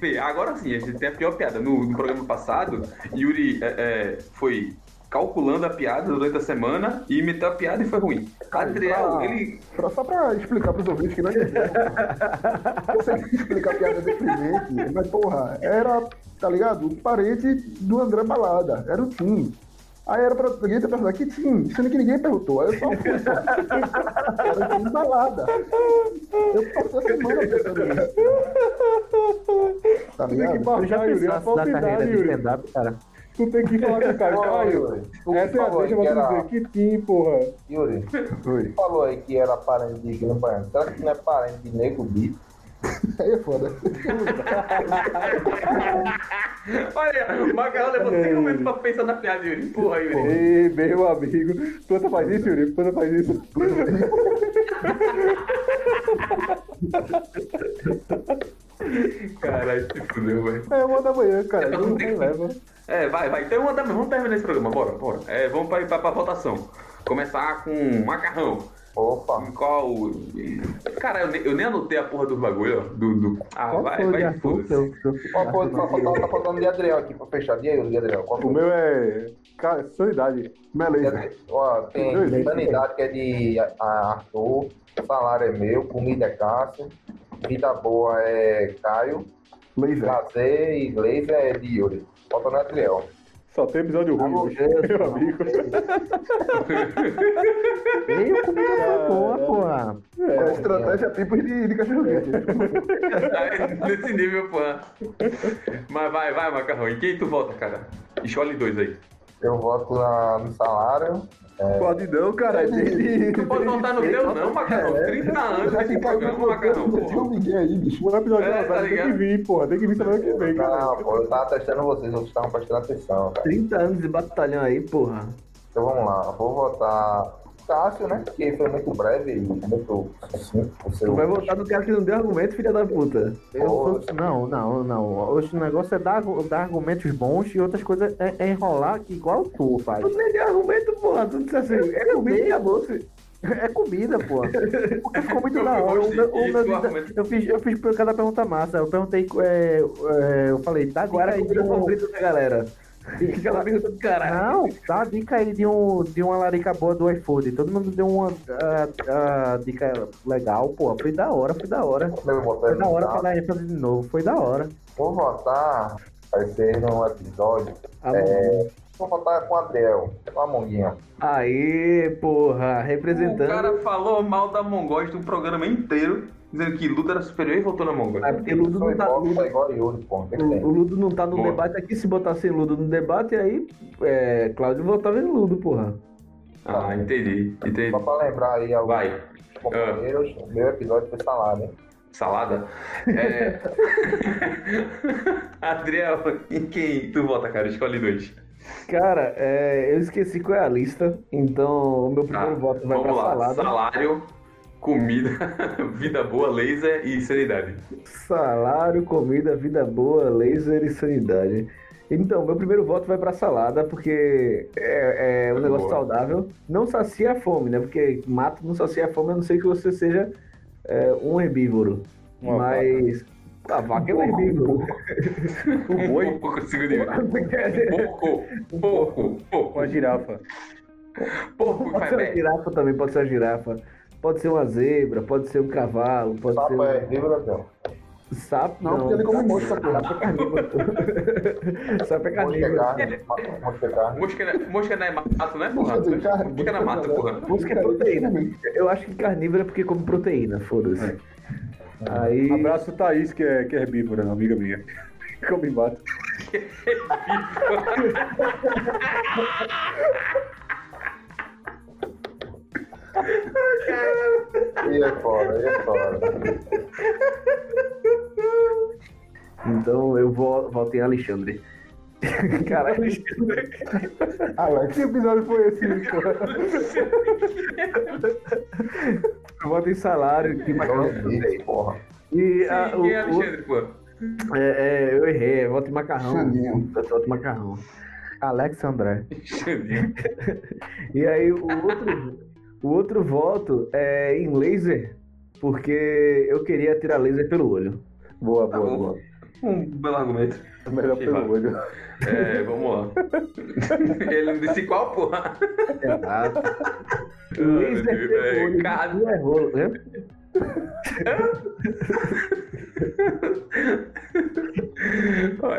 Bem, agora sim, a gente tem a pior piada. No, no programa passado, Yuri é, é, foi calculando a piada durante a semana e meteu a piada e foi ruim. Adriel,
Ah.
pra-
ele
Pra- só pra explicar pros ouvintes que não entenderam. porra. Eu sei que explicar a piada deprimente, mas porra, era, tá ligado? O parente do André Balada, era o Tim. Aí era pra ninguém ter perguntado que Tim, sendo que ninguém perguntou. Aí eu só fui, pô. Era o Tim Balada. Eu passei a semana pensando nisso. Tá
Tu tem que
ligado?
Tu já
marcar,
pensaste
Yuri. A
na
falta de
carreira
idade,
de
Yuri.
stand-up, cara?
Tu tem que falar com o Caio.
Ô,
Caio,
Yuri, tu
essa é a
falou
deixa
aí que
pra
era-
tu dizer. Que tim, porra.
Yuri,
Oi.
tu falou aí que era parente de Guilherme Baiano. Será que não é parente de Nego Bi?
Aí é foda.
Olha, o Magal levou 5 minutos pra pensar na piada, Yuri. Porra, Yuri.
É. Ei, meu amigo. Quando faz isso, Yuri? Quando faz isso?
Caralho, se fudeu, velho.
É uma da manhã, cara.
Eu
Não
não tenho-
leva.
É, vai, vai. Então vamos dar- vamos terminar esse programa, bora, bora. É, vamos pra, pra, pra votação. Começar com macarrão.
Opa,
Em Qual. Cara, eu nem, eu nem anotei a porra do bagulho, ó. Do, do... Ah,
Qual
vai,
foi o
vai,
assunto?
foda-se.
que eu- que eu-
qual foi? Tá faltando, tá faltando de Adriel aqui pra fechar. E aí, o de Adriel? Qual
O
foi?
meu é. Cara, sua idade.
é
Beleza.
Ó, tem sanidade que é de a- a- Arthur, salário é meu, comida é Cássio, vida boa é Caio,
Laser.
prazer e laser é de Yuri. Faltando é Adriel.
Só tem episódio ruim hoje, meu amigo.
Ei, a comida foi boa, porra.
É estratégia tipo de, de cachorro quente.
Tá Nesse nível, porra. Mas vai, vai, macarrão. Em quem tu volta, cara? Escolhe dois aí.
Eu voto na- no salário.
Pode não, cara. Desde...
Tu pode voltar no teu, não, macarrão. 30 anos
é
Já
nesse
que caiu
programa,
no
macarrão,
você
porra.
tinha ninguém aí, bicho.
O episódio
É,
é,
tá
tem que
ligado?
vir, porra. Tem que vir semana que vem, cara.
Não, pô, eu tava testando vocês, vocês estavam prestando atenção, cara.
30 anos de batalhão aí, porra.
Então vamos lá, vou votar Cássio, né? Porque foi muito breve e muito sucinto pro seu.
Tu vai voltar no cara que não deu argumento, filha da puta.
Eu
Porra.
sou- Não, não, não. Hoje o negócio é dar, dar argumentos bons e outras coisas é, é enrolar que igual tu faz.
Tu nem deu argumento, porra. Tu disse assim, é comigo e acabou-se.
É comida, pô. Porque ficou muito
Eu
da hora.
gosto
O meu- o
disso,
meu-
o argumento.
eu, fiz, eu fiz por cada pergunta massa. Eu perguntei. é, é, eu falei, dá dica
Agora a
aí de
comida
um.
favorita da galera. Fica lá pergunta do caralho.
Não, dá dica aí de, um, de uma larica boa do iFood. Todo mundo deu uma ah, ah, dica legal, pô. Foi da hora, foi da hora.
Eu vou votar
Foi da hora
no
pra dar ênfase de novo. Foi da hora.
Vou votar, vai ser num episódio.
Ah,
É, vou votar com a Adel, com a Monguinha.
Aí, porra, representando.
O cara falou mal da Mongóis do programa inteiro, dizendo que Luda era superior e voltou na Mongóis.
Ah, porque Ludo
Sou
não tá, Ludo,
hipócrita igual a Yuri, pô. O que que
o
tem?
Ludo não tá no
Boa.
debate aqui. Se botasse Ludo no debate, aí é, Cláudio votava em Ludo, porra.
tá.
Ah, entendi. Entendi.
Só pra lembrar aí aos
Vai.
companheiros, o meu episódio foi salário, hein?
Salada? É. Adriel, em quem tu vota, cara? Escolhe dois.
Cara, é, eu esqueci qual é a lista, então o meu primeiro voto vai pra
Tá. vamos lá.
salada.
Salário, comida, vida boa, laser e sanidade.
Salário, comida, vida boa, laser e sanidade. Então, meu primeiro voto vai pra salada, porque é, é um negócio
Boa.
saudável. Não sacia a fome, né? Porque mato não sacia a fome, a não ser que você seja é, um herbívoro.
Uma
Mas a vaca é um herbívoro.
Um Pouco, segundo nível. Porco, porco, porco.
Uma girafa.
Porco que
Pode
faz
ser uma
merda.
girafa também, pode ser uma girafa. Pode ser uma zebra, pode ser um cavalo, pode ser
Sapo
um
é vírgula, Adel.
sapo.
Não, porque ele
tá
come mosca, porra.
Sapo é carnívoro. Sapo é
Vou
carnívoro.
chegar, né? vou chegar.
Mosca, na- mosca não é mato, né, porra?
Mosca de carne.
Mosca na mata, porra.
Mosca é proteína. Eu acho que carnívoro é porque come proteína, foda-se. Aí.
Abraço Thaís, que é, que é herbívora, amiga minha. Come mato.
E é fora, e é fora.
Então eu vo- voto em Alexandre. Caralho, Alexandre.
Ah, mas que episódio foi esse, porra?
Eu voto em salário. Que macarrão.
Jogo desse, porra.
E a-
Sim,
Ah, o-
Quem é
o-
Alexandre, porra?
é, é, eu errei, eu voto em macarrão.
Xandinho.
Eu voto em macarrão.
Alex André.
Alexandre.
E aí o outro, o outro voto é em laser, porque eu queria tirar laser pelo olho.
Boa,
Tá
boa,
bom.
boa.
Um belo argumento.
Melhor
Achei
pelo
válido.
olho.
É, vamos lá. Ele não disse qual, porra.
Exato.
Ai, meu
laser
Deus,
pelo
é,
olho.
cara.
Não é rolo, né?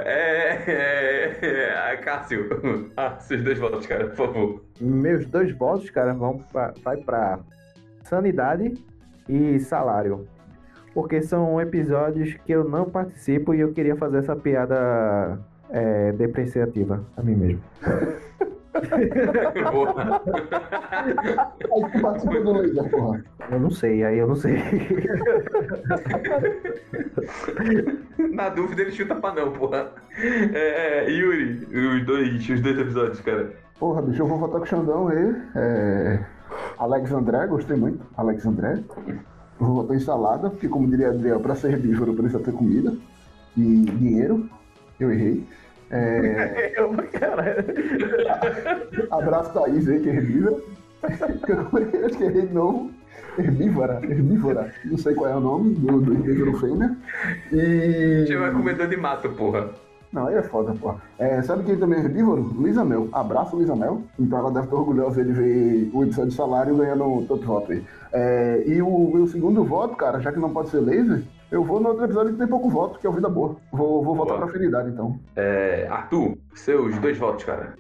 É, é, é, Cássio, ah, seus dois votos, cara, por favor.
Meus dois votos, cara, vão pra, vai pra sanidade e salário. Porque são episódios que eu não participo e eu queria fazer essa piada é, depreciativa a mim mesmo.
Boa.
Aí tu participa do laser, porra.
Eu não sei, aí eu não sei.
Na dúvida, ele chuta pra não, porra. É, é, Yuri, os dois, os dois episódios, cara.
Porra, bicho, eu vou votar com o Xandão aí. É... Alex André, gostei muito. Alex André. Vou votar em salada, porque como diria Adriel, pra ser herbívoro precisa ter comida e dinheiro. Eu errei. É...
Eu, cara.
Abraço Thaís aí, que é herbívora. Eu acho que errei de novo. herbívora, herbívora, não sei qual é o nome do, do herbívoro fêmea. E.
A gente vai comedor de mato, porra.
Não, aí é foda, pô. É, sabe quem também é herbívoro? Luísa Mel. Abraço, Luísa Mel. Então ela deve estar orgulhosa de ver o episódio de salário ganhando tanto voto aí. É, e o meu segundo voto, cara, já que não pode ser laser, eu vou no outro episódio que tem pouco voto, que é o Vida Boa. Vou, vou votar
Boa.
pra afinidade, então.
É, Arthur, seus dois votos, cara.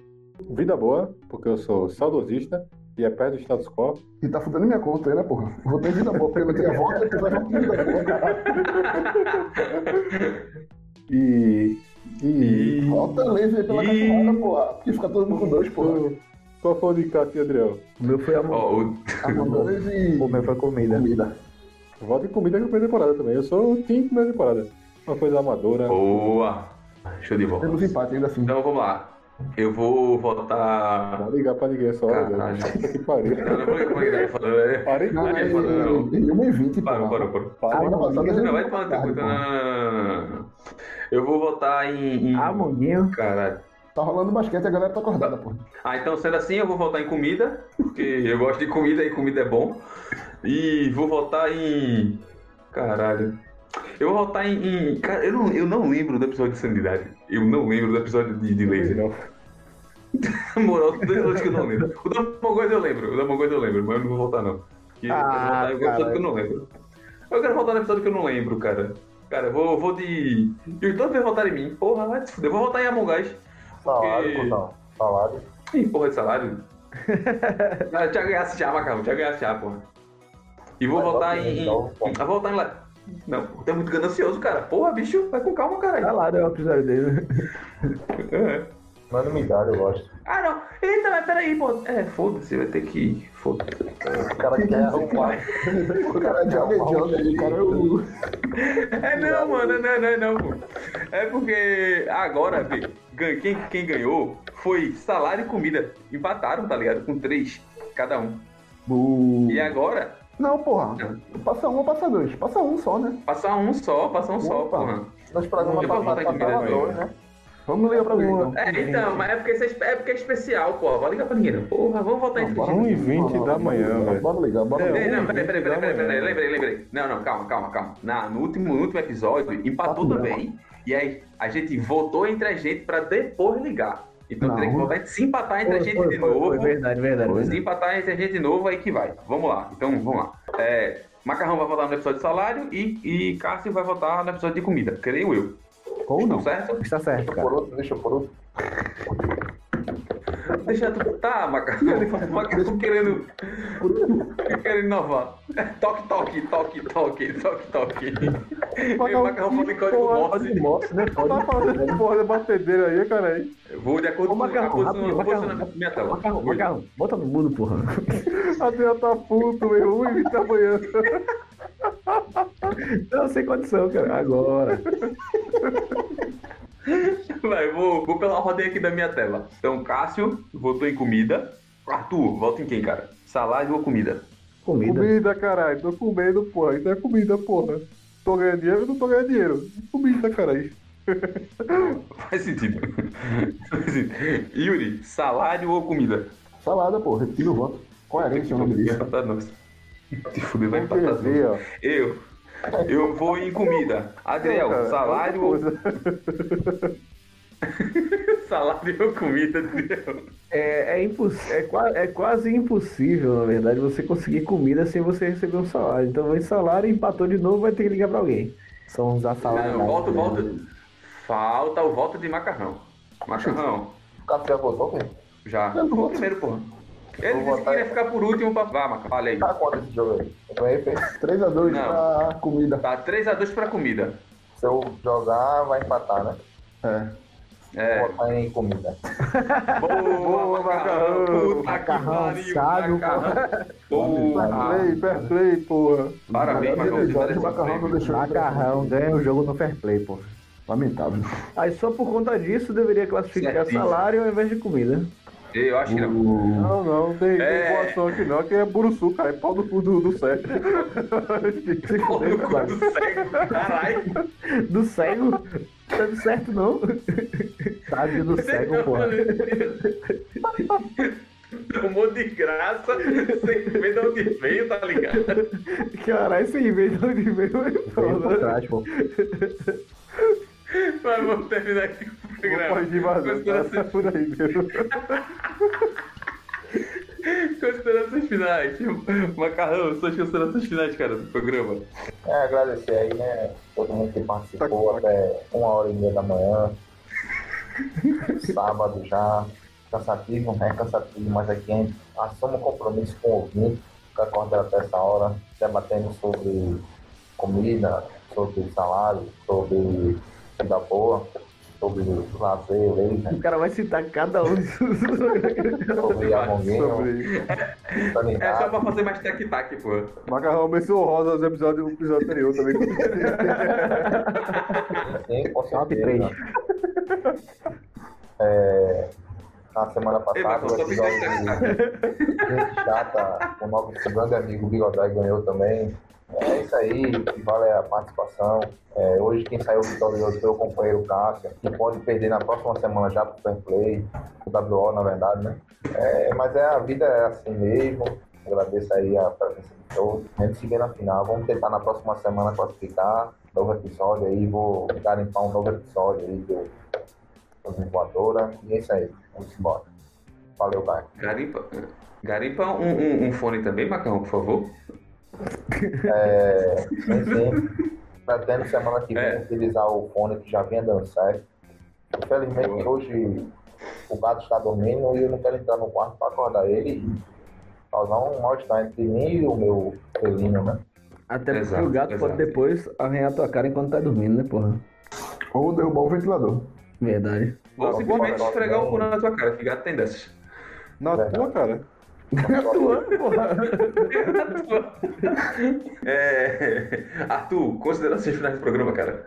Vida boa, porque eu sou saudosista e é perto do status quo.
E tá fudendo minha conta aí, né, porra? Vou ter Vida Boa, porque não tinha voto, tu vai votar em Vida Boa, cara.
E. E.
Volta laser pela
Ih.
cachorrada, porra. Porque fica todo mundo com dois, porra.
Qual foi o de Cássio, Adriel?
O meu foi a mão.
Ó, o-
Tá com dois e
O meu foi comida.
comida.
Voto em comida que eu primeira temporada também. Eu sou o time primeira temporada. Uma coisa amadora.
Boa. Show de bola.
Temos empate ainda assim.
Então vamos lá. Eu vou votar.
Não ligar pra ninguém só.
Caralho.
né? Puta que pariu.
Não, não vou ligar pra ninguém, tá falando, né?
Parei
Não,
com
Aí,
é,
mano, não.
em 1 e 20,
Parou, parou,
porra.
parou.
Parei
Semana
com
passada a gente
Não, vai
votou
tomar no teu cu,
tarde,
não,
porra.
não, não, não. Eu vou votar em. em...
Ah, Moninho.
Caralho.
Tá rolando basquete, a galera tá acordada, porra.
Ah, então sendo assim, eu vou votar em comida, porque eu gosto de comida e comida é bom. E vou votar em. Caralho. Eu vou votar em. em- Cara, eu não, eu não lembro do episódio de Sanidade. Eu não lembro do episódio de, de Laser.
Não.
Na moral, os dois outros que eu não lembro. O da Mongolia eu lembro, o da Mongolia eu lembro, mas eu não vou voltar não. Que eu quero voltar em algum episódio que eu não lembro. Eu quero voltar no episódio que eu não lembro, cara. Cara, eu vou, eu vou de. E os dois vão votar em mim. Porra, vai te fuder. Eu vou votar em Among Us.
Salário,
Porque-
cuzão. Salário.
Ih, porra de salário. ah, eu tinha ganhado já, macarrão. Tinha ganhado já, porra. E vou
Vai,
votar
volta,
em. em-
então,
Eu Vou votar em lá. Não, tá muito ganancioso, cara. Porra, bicho, vai com calma, caralho.
Salário é o episódio dele.
É.
Unanimidade, eu gosto.
Ah, não. Eita, mas peraí, pô. É, foda-se, vai ter que. ir. Foda-se.
O cara quer arrumar.
O
é
cara é joga e
um
joga
né?
aí, cara. Eu...
É não, mano, não, não, não, pô. É porque agora, vê, gan- quem, quem ganhou foi salário e comida. Empataram, tá ligado? Com três, cada um. E agora,
Não, porra. Passa um ou passa dois? Passa um só, né?
passar um só, passar um só,
Opa.
porra.
Nos programas
Eu vou
passados
botar em
passaram
comida
dois, né?
Vamos ler pra mim, então.
Tá
É, então, mas é porque, isso é, espe- é porque é especial, porra. Vai ligar pra ninguém, não. Porra, vamos voltar entre os
1 e 20 da manhã, velho.
Bora ligar, bora
É,
ligar.
Ei, Não,
Ui,
peraí, peraí,
da
peraí, peraí,
manhã.
peraí, lembrei, lembrei. Não, não, calma, calma, calma. Na, no, último, no último episódio, empatou
Não.
também. E aí, a gente votou entre a gente pra depois ligar. Então
Não.
teria que votar se empatar entre a gente de
foi,
novo.
foi, verdade, verdade.
se
verdade.
empatar entre a gente de novo, aí que vai. Vamos lá, então vamos lá. É, Macarrão vai votar no episódio de salário e, e Cássio vai votar no episódio de comida, creio eu.
Ou não.
Certo?
Está certo,
Deixa
cara.
por outro, deixa por outro.
Deixa tu. Tá, Macarrão. Macarrão querendo. Querendo inovar. Toque, toque, toque, toque, toque, toque. é Ei, Macarrão fala em código um Morse.
Morse, né? Pode.
Tá falando de porra da batedeira aí, cara. hein?
Eu Vou de acordo
Ô,
com a
Macarrão,
posição-
rapidinho,
o
Macarrão.
posicionamento da minha tela.
Macarrão, macarrão, bota no mudo, porra.
Adriel tá puto, meu. 1 e 20 da manhã.
Não, sem condição, cara. Agora.
Vai, vou, vou pela ordem aqui da minha tela. Então, Cássio votou em comida. Arthur, vota em quem, cara? Salário ou comida?
Comida.
Comida, caralho. Tô comendo, porra. Isso é comida, porra. Tô ganhando dinheiro, eu não tô ganhando dinheiro. Comida, caralho.
Faz sentido. Faz sentido. Yuri, salário ou comida?
Salada, pô. Repetindo o voto. Coerência é o nome disso.
Empatar nós. Te fuder, vai empatar nós.
Cortesia, ó.
Eu. Eu vou em comida. Adriel,
Cara, é
salário ou
outra coisa.
salário ou comida, Adriel?
É, é, imposs... é, qua- é quase impossível, na verdade, você conseguir comida sem você receber um salário. Então, esse salário empatou de novo, vai ter que ligar pra alguém.
São os
Tá
assalariados.
Não, volta, volta. Falta o voto de macarrão. Macarrão,
O café votou, velho?
já.
Eu não
Foi o
voto.
primeiro, porra. Ele
Vou
disse que
votar.
ia ficar por último pra. Vá, Macarrão, fala aí.
Tá quanto esse jogo aí? Eu ganhei, fez.
3x2
Não.
pra comida.
Tá 3x2 pra comida.
Se eu jogar, vai empatar, né?
É.
É.
Vou botar em comida.
Boa, macarrão. Puta que pariu.
sábio,
Macarrão. Boa.
Play, fair play, porra.
Parabéns, Macarrão. Você merece
O
um
macarrão não
prêmio.
deixou ele entrar.
Macarrão ganha o jogo no fair play, pô.
Lamentável.
Aí, só por conta disso, deveria classificar
Certíssimo.
salário ao invés de comida.
Eu acho que é não.
Não, não, tem
É.
tem boa ação aqui não, que é Buruçu, cara, é pau do cu do, do Sérgio.
Pau no cu do cego. Caralho.
Do cego, tá dando certo, não? Tá
Sábio do cego, pô.
tomou Um de graça, sem ver de onde veio, tá ligado?
Caralho, sem ver de onde veio, é
Veio por
foda.
trás, pô.
Mas vamos terminar aqui com o programa.
Pode vazar,
Considerações-
tá por aí mesmo.
Considerações finais. Macarrão, suas considerações finais, cara, do programa.
É, agradecer aí, né? Todo mundo que participou até uma hora e meia da manhã. Sábado já. Cansativo, né? Cansativo, mas aqui a gente assume o compromisso com o ouvinte, que acorda até essa hora, debatendo sobre comida, sobre salário, sobre vida boa, sobre lazer,
O
laser,
cara vai citar cada um dos
sobre amonguinho,
Sobre
É só pra
sanidade.
fazer mais tac-tac, pô.
Macarrão menção honrosa aos episódios do episódio anterior também.
Sim, com
Top
certeza. É, na semana
Ei,
passada,
Macarrão,
o
só fica aí,
episódio
tac-tac.
Gente chata, o nosso grande amigo Bigodai ganhou também. É isso aí, que vale a participação. É, hoje quem saiu vitorioso foi o companheiro Cássio, que pode perder na próxima semana já pro Fair Play, o WO na verdade, né? É, mas é, a vida é assim mesmo. Agradeço aí a presença de todos. A gente se vê na final. Vamos tentar na próxima semana classificar. Novo episódio aí, vou garimpar um novo episódio aí do do Voadora. E é isso aí, vamos embora. Valeu, Caio.
Garimpa, garimpa um, um- um fone também, Macarrão, por favor.
É, enfim, pretendo semana que vem
É.
utilizar o fone que já vinha dando certo. Infelizmente
Boa.
hoje o gato está dormindo e eu não quero entrar no quarto para acordar ele e causar um mal-estar entre mim e o meu felino, né?
Até porque
Exato,
o gato
exato.
pode depois arranhar tua cara enquanto tá dormindo, né, porra?
Ou derrubar o ventilador.
Verdade.
Ou
Bom,
simplesmente
bom,
esfregar
bom.
o cu na tua cara, que gato tem dessas.
Na tua, cara.
É... Arthur, considerações finais do programa, cara.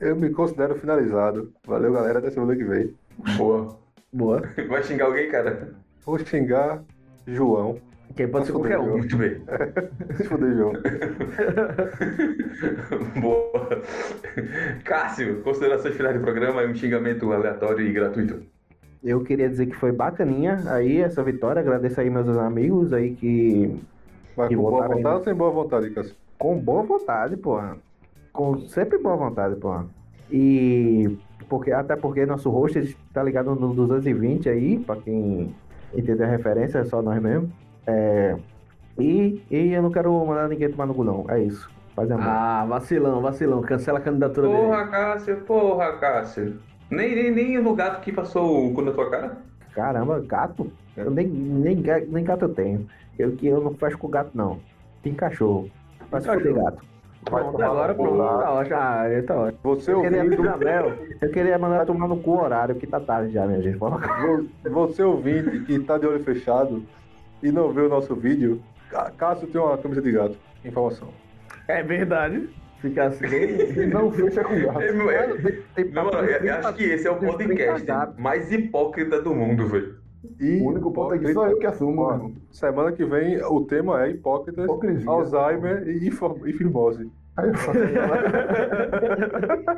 Eu me considero finalizado. Valeu, galera. Até semana que vem.
Boa.
Boa.
Vai xingar alguém, cara?
Vou xingar João.
Que aí pode ser qualquer um.
Muito bem.
Se fuder, João.
Boa. Cássio, considerações finais do programa e um xingamento aleatório e gratuito.
Eu queria dizer que foi bacaninha aí essa vitória. Agradeço aí meus amigos aí que
Mas
E
com boa
votaram
vontade ou sem boa vontade, Cássio?
com boa vontade, porra. Com sempre boa vontade, porra. E porque até porque nosso host tá ligado no 220 aí, pra quem entender a referência, é só nós mesmo. É, e, e eu não quero mandar ninguém tomar no cu, não. É isso. Fazer amor.
Ah, vacilão, vacilão. Cancela a candidatura dele.
Porra, Cássio, porra, Cássio. Nem, nem, nem no gato que passou o cu na tua cara?
Caramba, gato? Eu nem, nem, ga- nem gato eu tenho. Eu que eu não fecho com gato, não. Tem cachorro. Mas
Tem
foder gato.
Vai
Pronto,
tomar
agora
no cu,
pronto.
lá.
Tá ótimo. Ah, ele tá ótimo.
Você
Eu queria,
ouvindo,
eu queria mandar tomar no cu o horário, que tá tarde já, minha gente. Vamos lá.
vo- você ouvinte que tá de olho fechado e não vê o nosso vídeo, Ca- Cássio tem uma camisa de gato. Informação.
É verdade. Fica assim.
Não fecha com gato.
É, meu, é-
né? Tem
Não, mano, eu, eu acho que esse é o podcast mais hipócrita do mundo, velho.
E
O único ponto é que só eu que assumo, meu irmão.
Semana que vem o tema é hipócritas,
Hipocrisia.
Alzheimer e, info- e fimose.
Aí eu falo,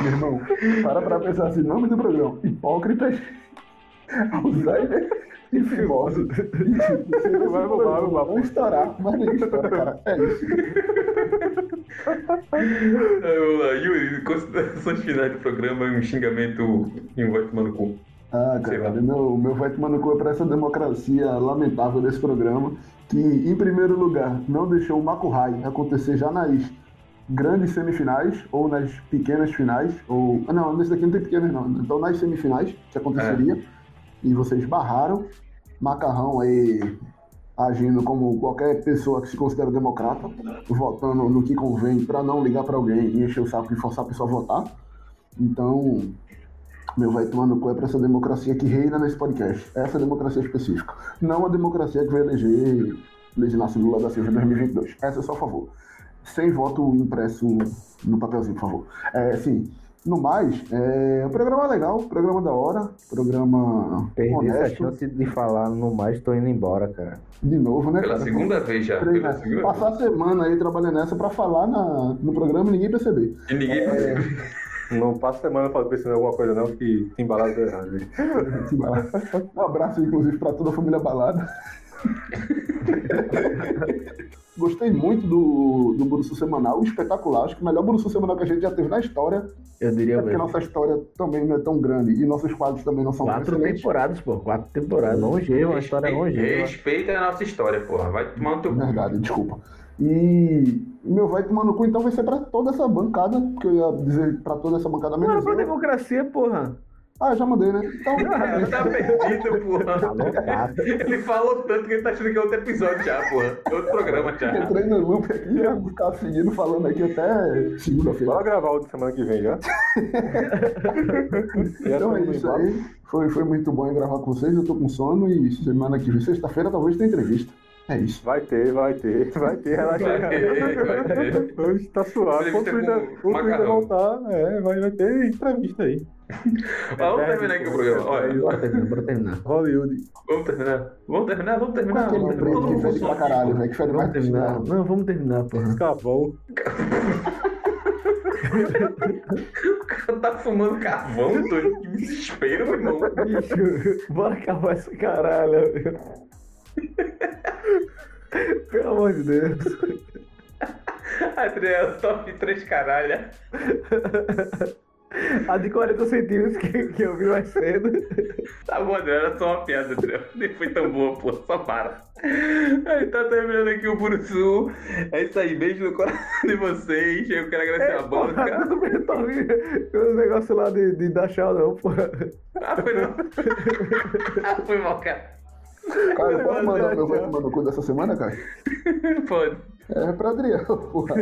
meu irmão, para pra pensar assim, nome do programa, hipócritas, Alzheimer e fimose.
Vai roubar, vai roubar.
Vamos estourar, mas ninguém estoura, cara. É isso.
Aí, vamos lá, Yuri, considerações finais do programa e um xingamento e um vai tomar no cu.
Ah,
Sei lá.
cara, meu, meu vai tomando cu é pra essa democracia lamentável desse programa, que, em primeiro lugar, não deixou o Makuhai acontecer já nas grandes semifinais, ou nas pequenas finais, ou... ah, Não, nesse daqui não tem pequenas, não. Então, nas semifinais, que aconteceria, e vocês barraram. Macarrão aí agindo como qualquer pessoa que se considera democrata, votando no que convém pra não ligar pra alguém e encher o saco e forçar a pessoa a votar. Então, meu, vai tomar no cu é pra essa democracia que reina nesse podcast. É Essa democracia específica. Não a democracia que vai eleger Leginácio Lula da Silva em 2022. Essa é só a favor. Sem voto impresso no papelzinho, por favor. É, sim. No mais, é, o programa é legal, programa da hora, programa
Perdi essa
honesto.
chance de falar no mais, tô indo embora, cara.
De novo, né,
Pela
cara?
segunda vez já.
Três,
Pela
né?
segunda vez.
Passar a semana aí trabalhando nessa pra falar na- no programa e ninguém perceber.
E ninguém.
Não passa semana falando- pensando em alguma coisa, não, que tem balada errada.
Um abraço, inclusive, para toda a família Balada. Gostei muito do, do Buruçu Semanal, espetacular. Acho que o melhor Buruçu Semanal que a gente já teve na história.
Eu
É
diria
porque
mesmo.
nossa história também não é tão grande e nossos quadros também não são tão
Quatro
excelentes.
temporadas, pô. Quatro temporadas.
Longeva, uma história
Respeita-
né?
longeva.
Respeita a nossa história, porra. Vai tomar no teu cu.
Verdade, desculpa. E meu vai tomar no cu, então vai ser pra toda essa bancada, porque eu ia dizer pra toda essa bancada
Mano,
menos.
foi
eu.
é democracia, porra.
Ah, já mandei, né? Então,
Ele tá perdido,
Tá
porra.
Aloprado.
Ele falou tanto que ele tá achando que é outro episódio já, porra. É Outro programa já.
entrei no loop aqui e ia ficar seguindo falando aqui até segunda-feira.
Bora gravar o de semana que vem, já.
Então é isso aí. Foi, foi muito bom gravar com vocês. Eu tô com sono e semana que vem, sexta-feira, talvez tenha entrevista. É isso.
Vai ter, vai ter, vai ter, relaxa.
Vai ter, vai ter.
Hoje tá suave. Quando o
Entrevista
Twitter,
com
quando o Twitter
macarrão.
voltar, é, vai, vai ter entrevista aí.
Mas vamos terminar aqui o programa. Olha,
Bora terminar, bora terminar.
Hollywood.
vamos terminar. Vamos terminar, vamos
Com
terminar.
aquele
Vamos terminar.
preto
Todo
que
mundo
fede
com
pra
sono.
caralho, né? velho, que fede mais
Vamos
que
terminar.
cigarro.
Não, vamos terminar, porra.
Cavão.
O cara tá fumando carvão, doido. Que desespero, meu irmão.
Bicho, bora acabar essa caralho. meu. Pelo amor de Deus.
Adriano, top 3 caralho.
A de 40 centímetros que, que eu vi mais cedo.
Tá bom, Adriano, era só uma piada, Adriano. Nem foi tão boa, pô. Só para. Aí tá terminando aqui o Buruçu. É isso aí. Beijo no coração de vocês. Eu quero agradecer a
É,
Eu
banca.
também tô ouvindo o negócio lá de, de dar tchau, não, porra.
Ah, foi não. Ah, foi mal, cara.
Caio, pode mandar meu vai tomar no cu dessa semana, Caio?
Pode.
É pra Adriano, porra.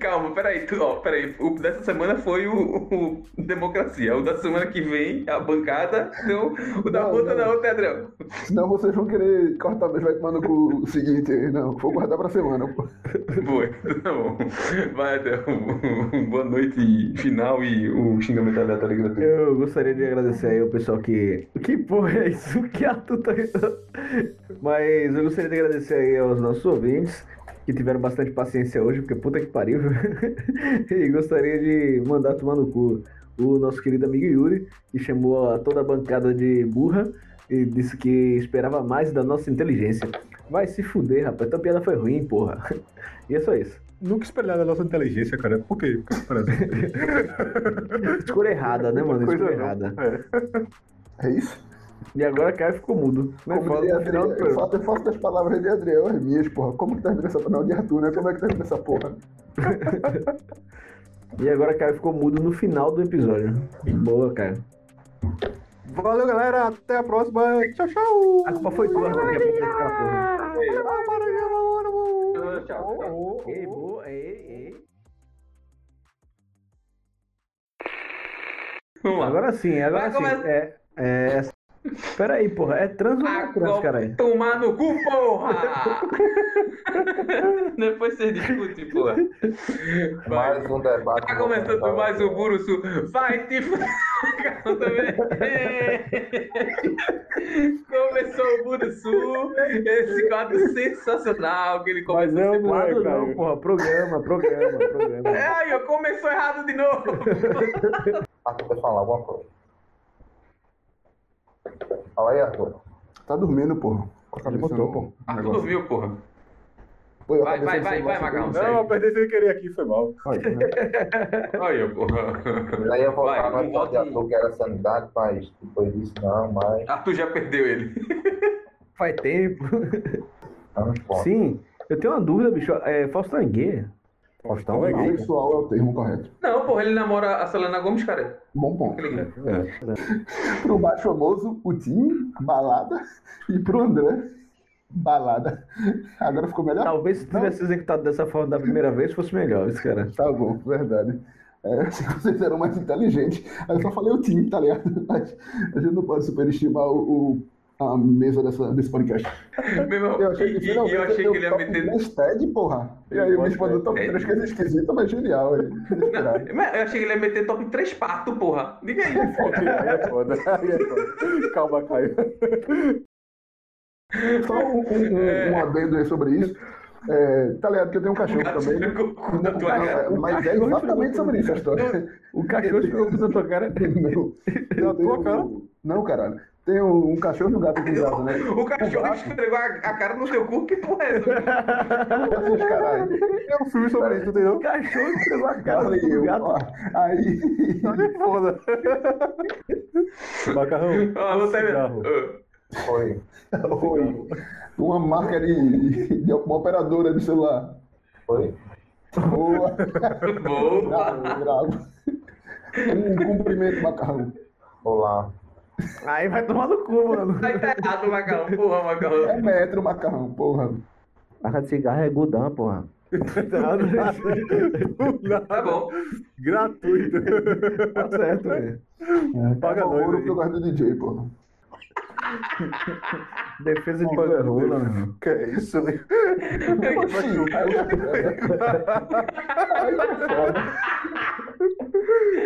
Calma, peraí, tu, ó, peraí. O dessa semana foi o, o Democracia. O da semana que vem, a bancada. Então, o da
Não,
puta
não.
da outra, Adriano.
Senão vocês vão querer cortar meu vai tomar no cu o seguinte aí. Não, vou guardar pra semana, pô.
Foi, tá bom. Vai, Adriano. Boa noite final e o xingamento aleatório gratuito.
Eu gostaria de agradecer aí o pessoal que. Que porra é isso? Que ato tá Mas eu gostaria de agradecer aí aos nossos ouvintes que tiveram bastante paciência hoje, porque puta que pariu. e gostaria de mandar tomar no cu o nosso querido amigo Yuri, que chamou a toda a bancada de burra e disse que esperava mais da nossa inteligência. Vai se fuder, rapaz. Tua piada foi ruim, porra. E é só isso.
Nunca espelhar a nossa inteligência, cara. Por quê? Por que parece?
Escolha errada, né, mano?
Coisa
Escolha
não.
errada.
É isso?
E agora Caio ficou mudo. Não
Como
fala
diria
no final
Adriano,
do
eu,
programa.
faço, eu faço das palavras de Adriano as minhas, porra. Como que termina essa palavra de Arthur, né? Como é que termina essa porra?
E agora Caio ficou mudo no final do episódio. Boa, Caio.
Valeu, galera. Até a próxima. Tchau, tchau.
A culpa Ah, foi tua, Rafinha, por ter ficado, porra.
Tchau, tchau.
Ei, boa, ei, ei.
Vamos lá.
Agora sim,
Vai
agora sim.
começar.
É, é... Peraí, porra. É trans ou não é trans,
Agora-
caralho?
Tomar no cu, porra! Depois vocês discutem, porra. Vai.
Mais um debate.
Tá começando mais um Buruçu. Vai te fuder Macarrão também. Começou o Buruçu. Esse quadro sensacional que ele
Mas
começou.
eu não é,
Quadro não,
cara.
porra. Programa, programa, programa.
Ai, eu começou errado de novo.
Arthur quer falar alguma coisa. Fala aí, Arthur.
Tá dormindo, porra. Com a cabeça
botou,
no-
pô.
Ah, tu dormiu, porra.
Pô, eu
Vai,
acabei
vai, vai,
sem
vai,
celular,
Macarrão.
Não, eu
segue.
perdi sem querer aqui, foi mal.
Olha, eu, porra.
Daí eu vou
Vai,
falar
não
mais forte,
volta aí.
Arthur, que era sanidade, mas depois disso não, mas.
Arthur já perdeu ele.
Faz tempo.
Não importa.
Sim, eu tenho uma dúvida, bicho. É Faustangue.
Faustão
Não, Pessoal é o termo correto.
Não, porra, ele namora a Selena Gomes, cara.
Bom ponto. É,
Aquele-
Pro baixo famoso, o Tim, balada. E pro André, balada. Agora ficou
Tá
melhor?
Talvez se tivesse executado dessa forma da primeira vez, fosse melhor, esse cara.
Tá bom, verdade. É, achei que vocês eram mais inteligentes. Aí eu só falei o time, tá ligado? Mas a gente não pode superestimar o, o- a mesa dessa, desse podcast.
Meu irmão,
Eu achei que,
e- e- e eu achei
um
que ele ia meter.
Hashtag, porra. E aí o bicho mandou top
hashtag.
3, coisa esquisita, é mas genial. hein? Inesperado.
Mas Eu achei que ele ia meter top 3 pato, porra. Diga aí.
Aí é foda. Aí é foda. Calma, Caio.
Só um, um, um, um adendo aí sobre isso. É, tá ligado que eu tenho um cachorro
Gato
também.
esfregou o cu na tua cara.
É, Mas é exatamente sobre isso a história.
O cachorro chegou na tua cara.
Não, eu
tua
tenho-
cara?
Não, caralho. Tem um um cachorro e um gato aqui em casa, né?
O cachorro esfregou a, a cara no teu cu, que porra é essa?
Esses caralho.
É um filme sobre isso, entendeu?
O cachorro chegou a cara
Falei
do
eu.
gato.
ó, Aí.
Foda. Macarrão.
Ah, não tá
Cigarro.
vendo?
Foi.
Oi. Uma marca de, de uma operadora de celular.
Foi.
Boa.
Ah, Boa.
Bravo, bravo. Um cumprimento, macarrão.
Olá.
Aí vai tomar no cu, mano.
Aí tá errado, Macarrão. Porra,
É
Macarrão.
metro, macarrão, porra.
Marca de cigarro é Gudan, porra.
Tá bom.
Gratuito.
Tá certo, velho.
Paga
é
nós
ouro
aí.
que eu gosto do DJ, porra.
Defesa de banderola, mano.
Que é isso?
Oxi,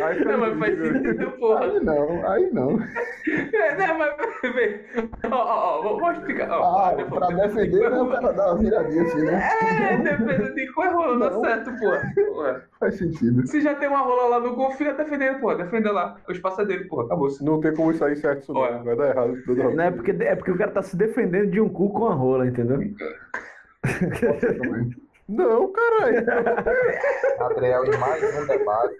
aí tá foda.
Aí
Não, mas faz sentido, porra.
Aí não, aí não.
É, não, mas vê. Ó, ó, ó, vou- vou explicar. Ó,
Ah,
olha, pô,
pra defender, né, o cara dá uma viradinha assim, né?
É, defesa de qual é rola, tá
Não.
certo, porra. Porra.
Faz sentido.
Se já tem uma rola lá no gol, fica defendendo, porra. Defenda lá. O espaço é dele, porra. Acabou.
Não tem como sair certo isso
Olha.
não. Vai dar errado toda hora.
Não é porque, é porque o cara tá se defendendo de um cu com a rola, entendeu?
Não, caralho.
Adriel, em mais um debate.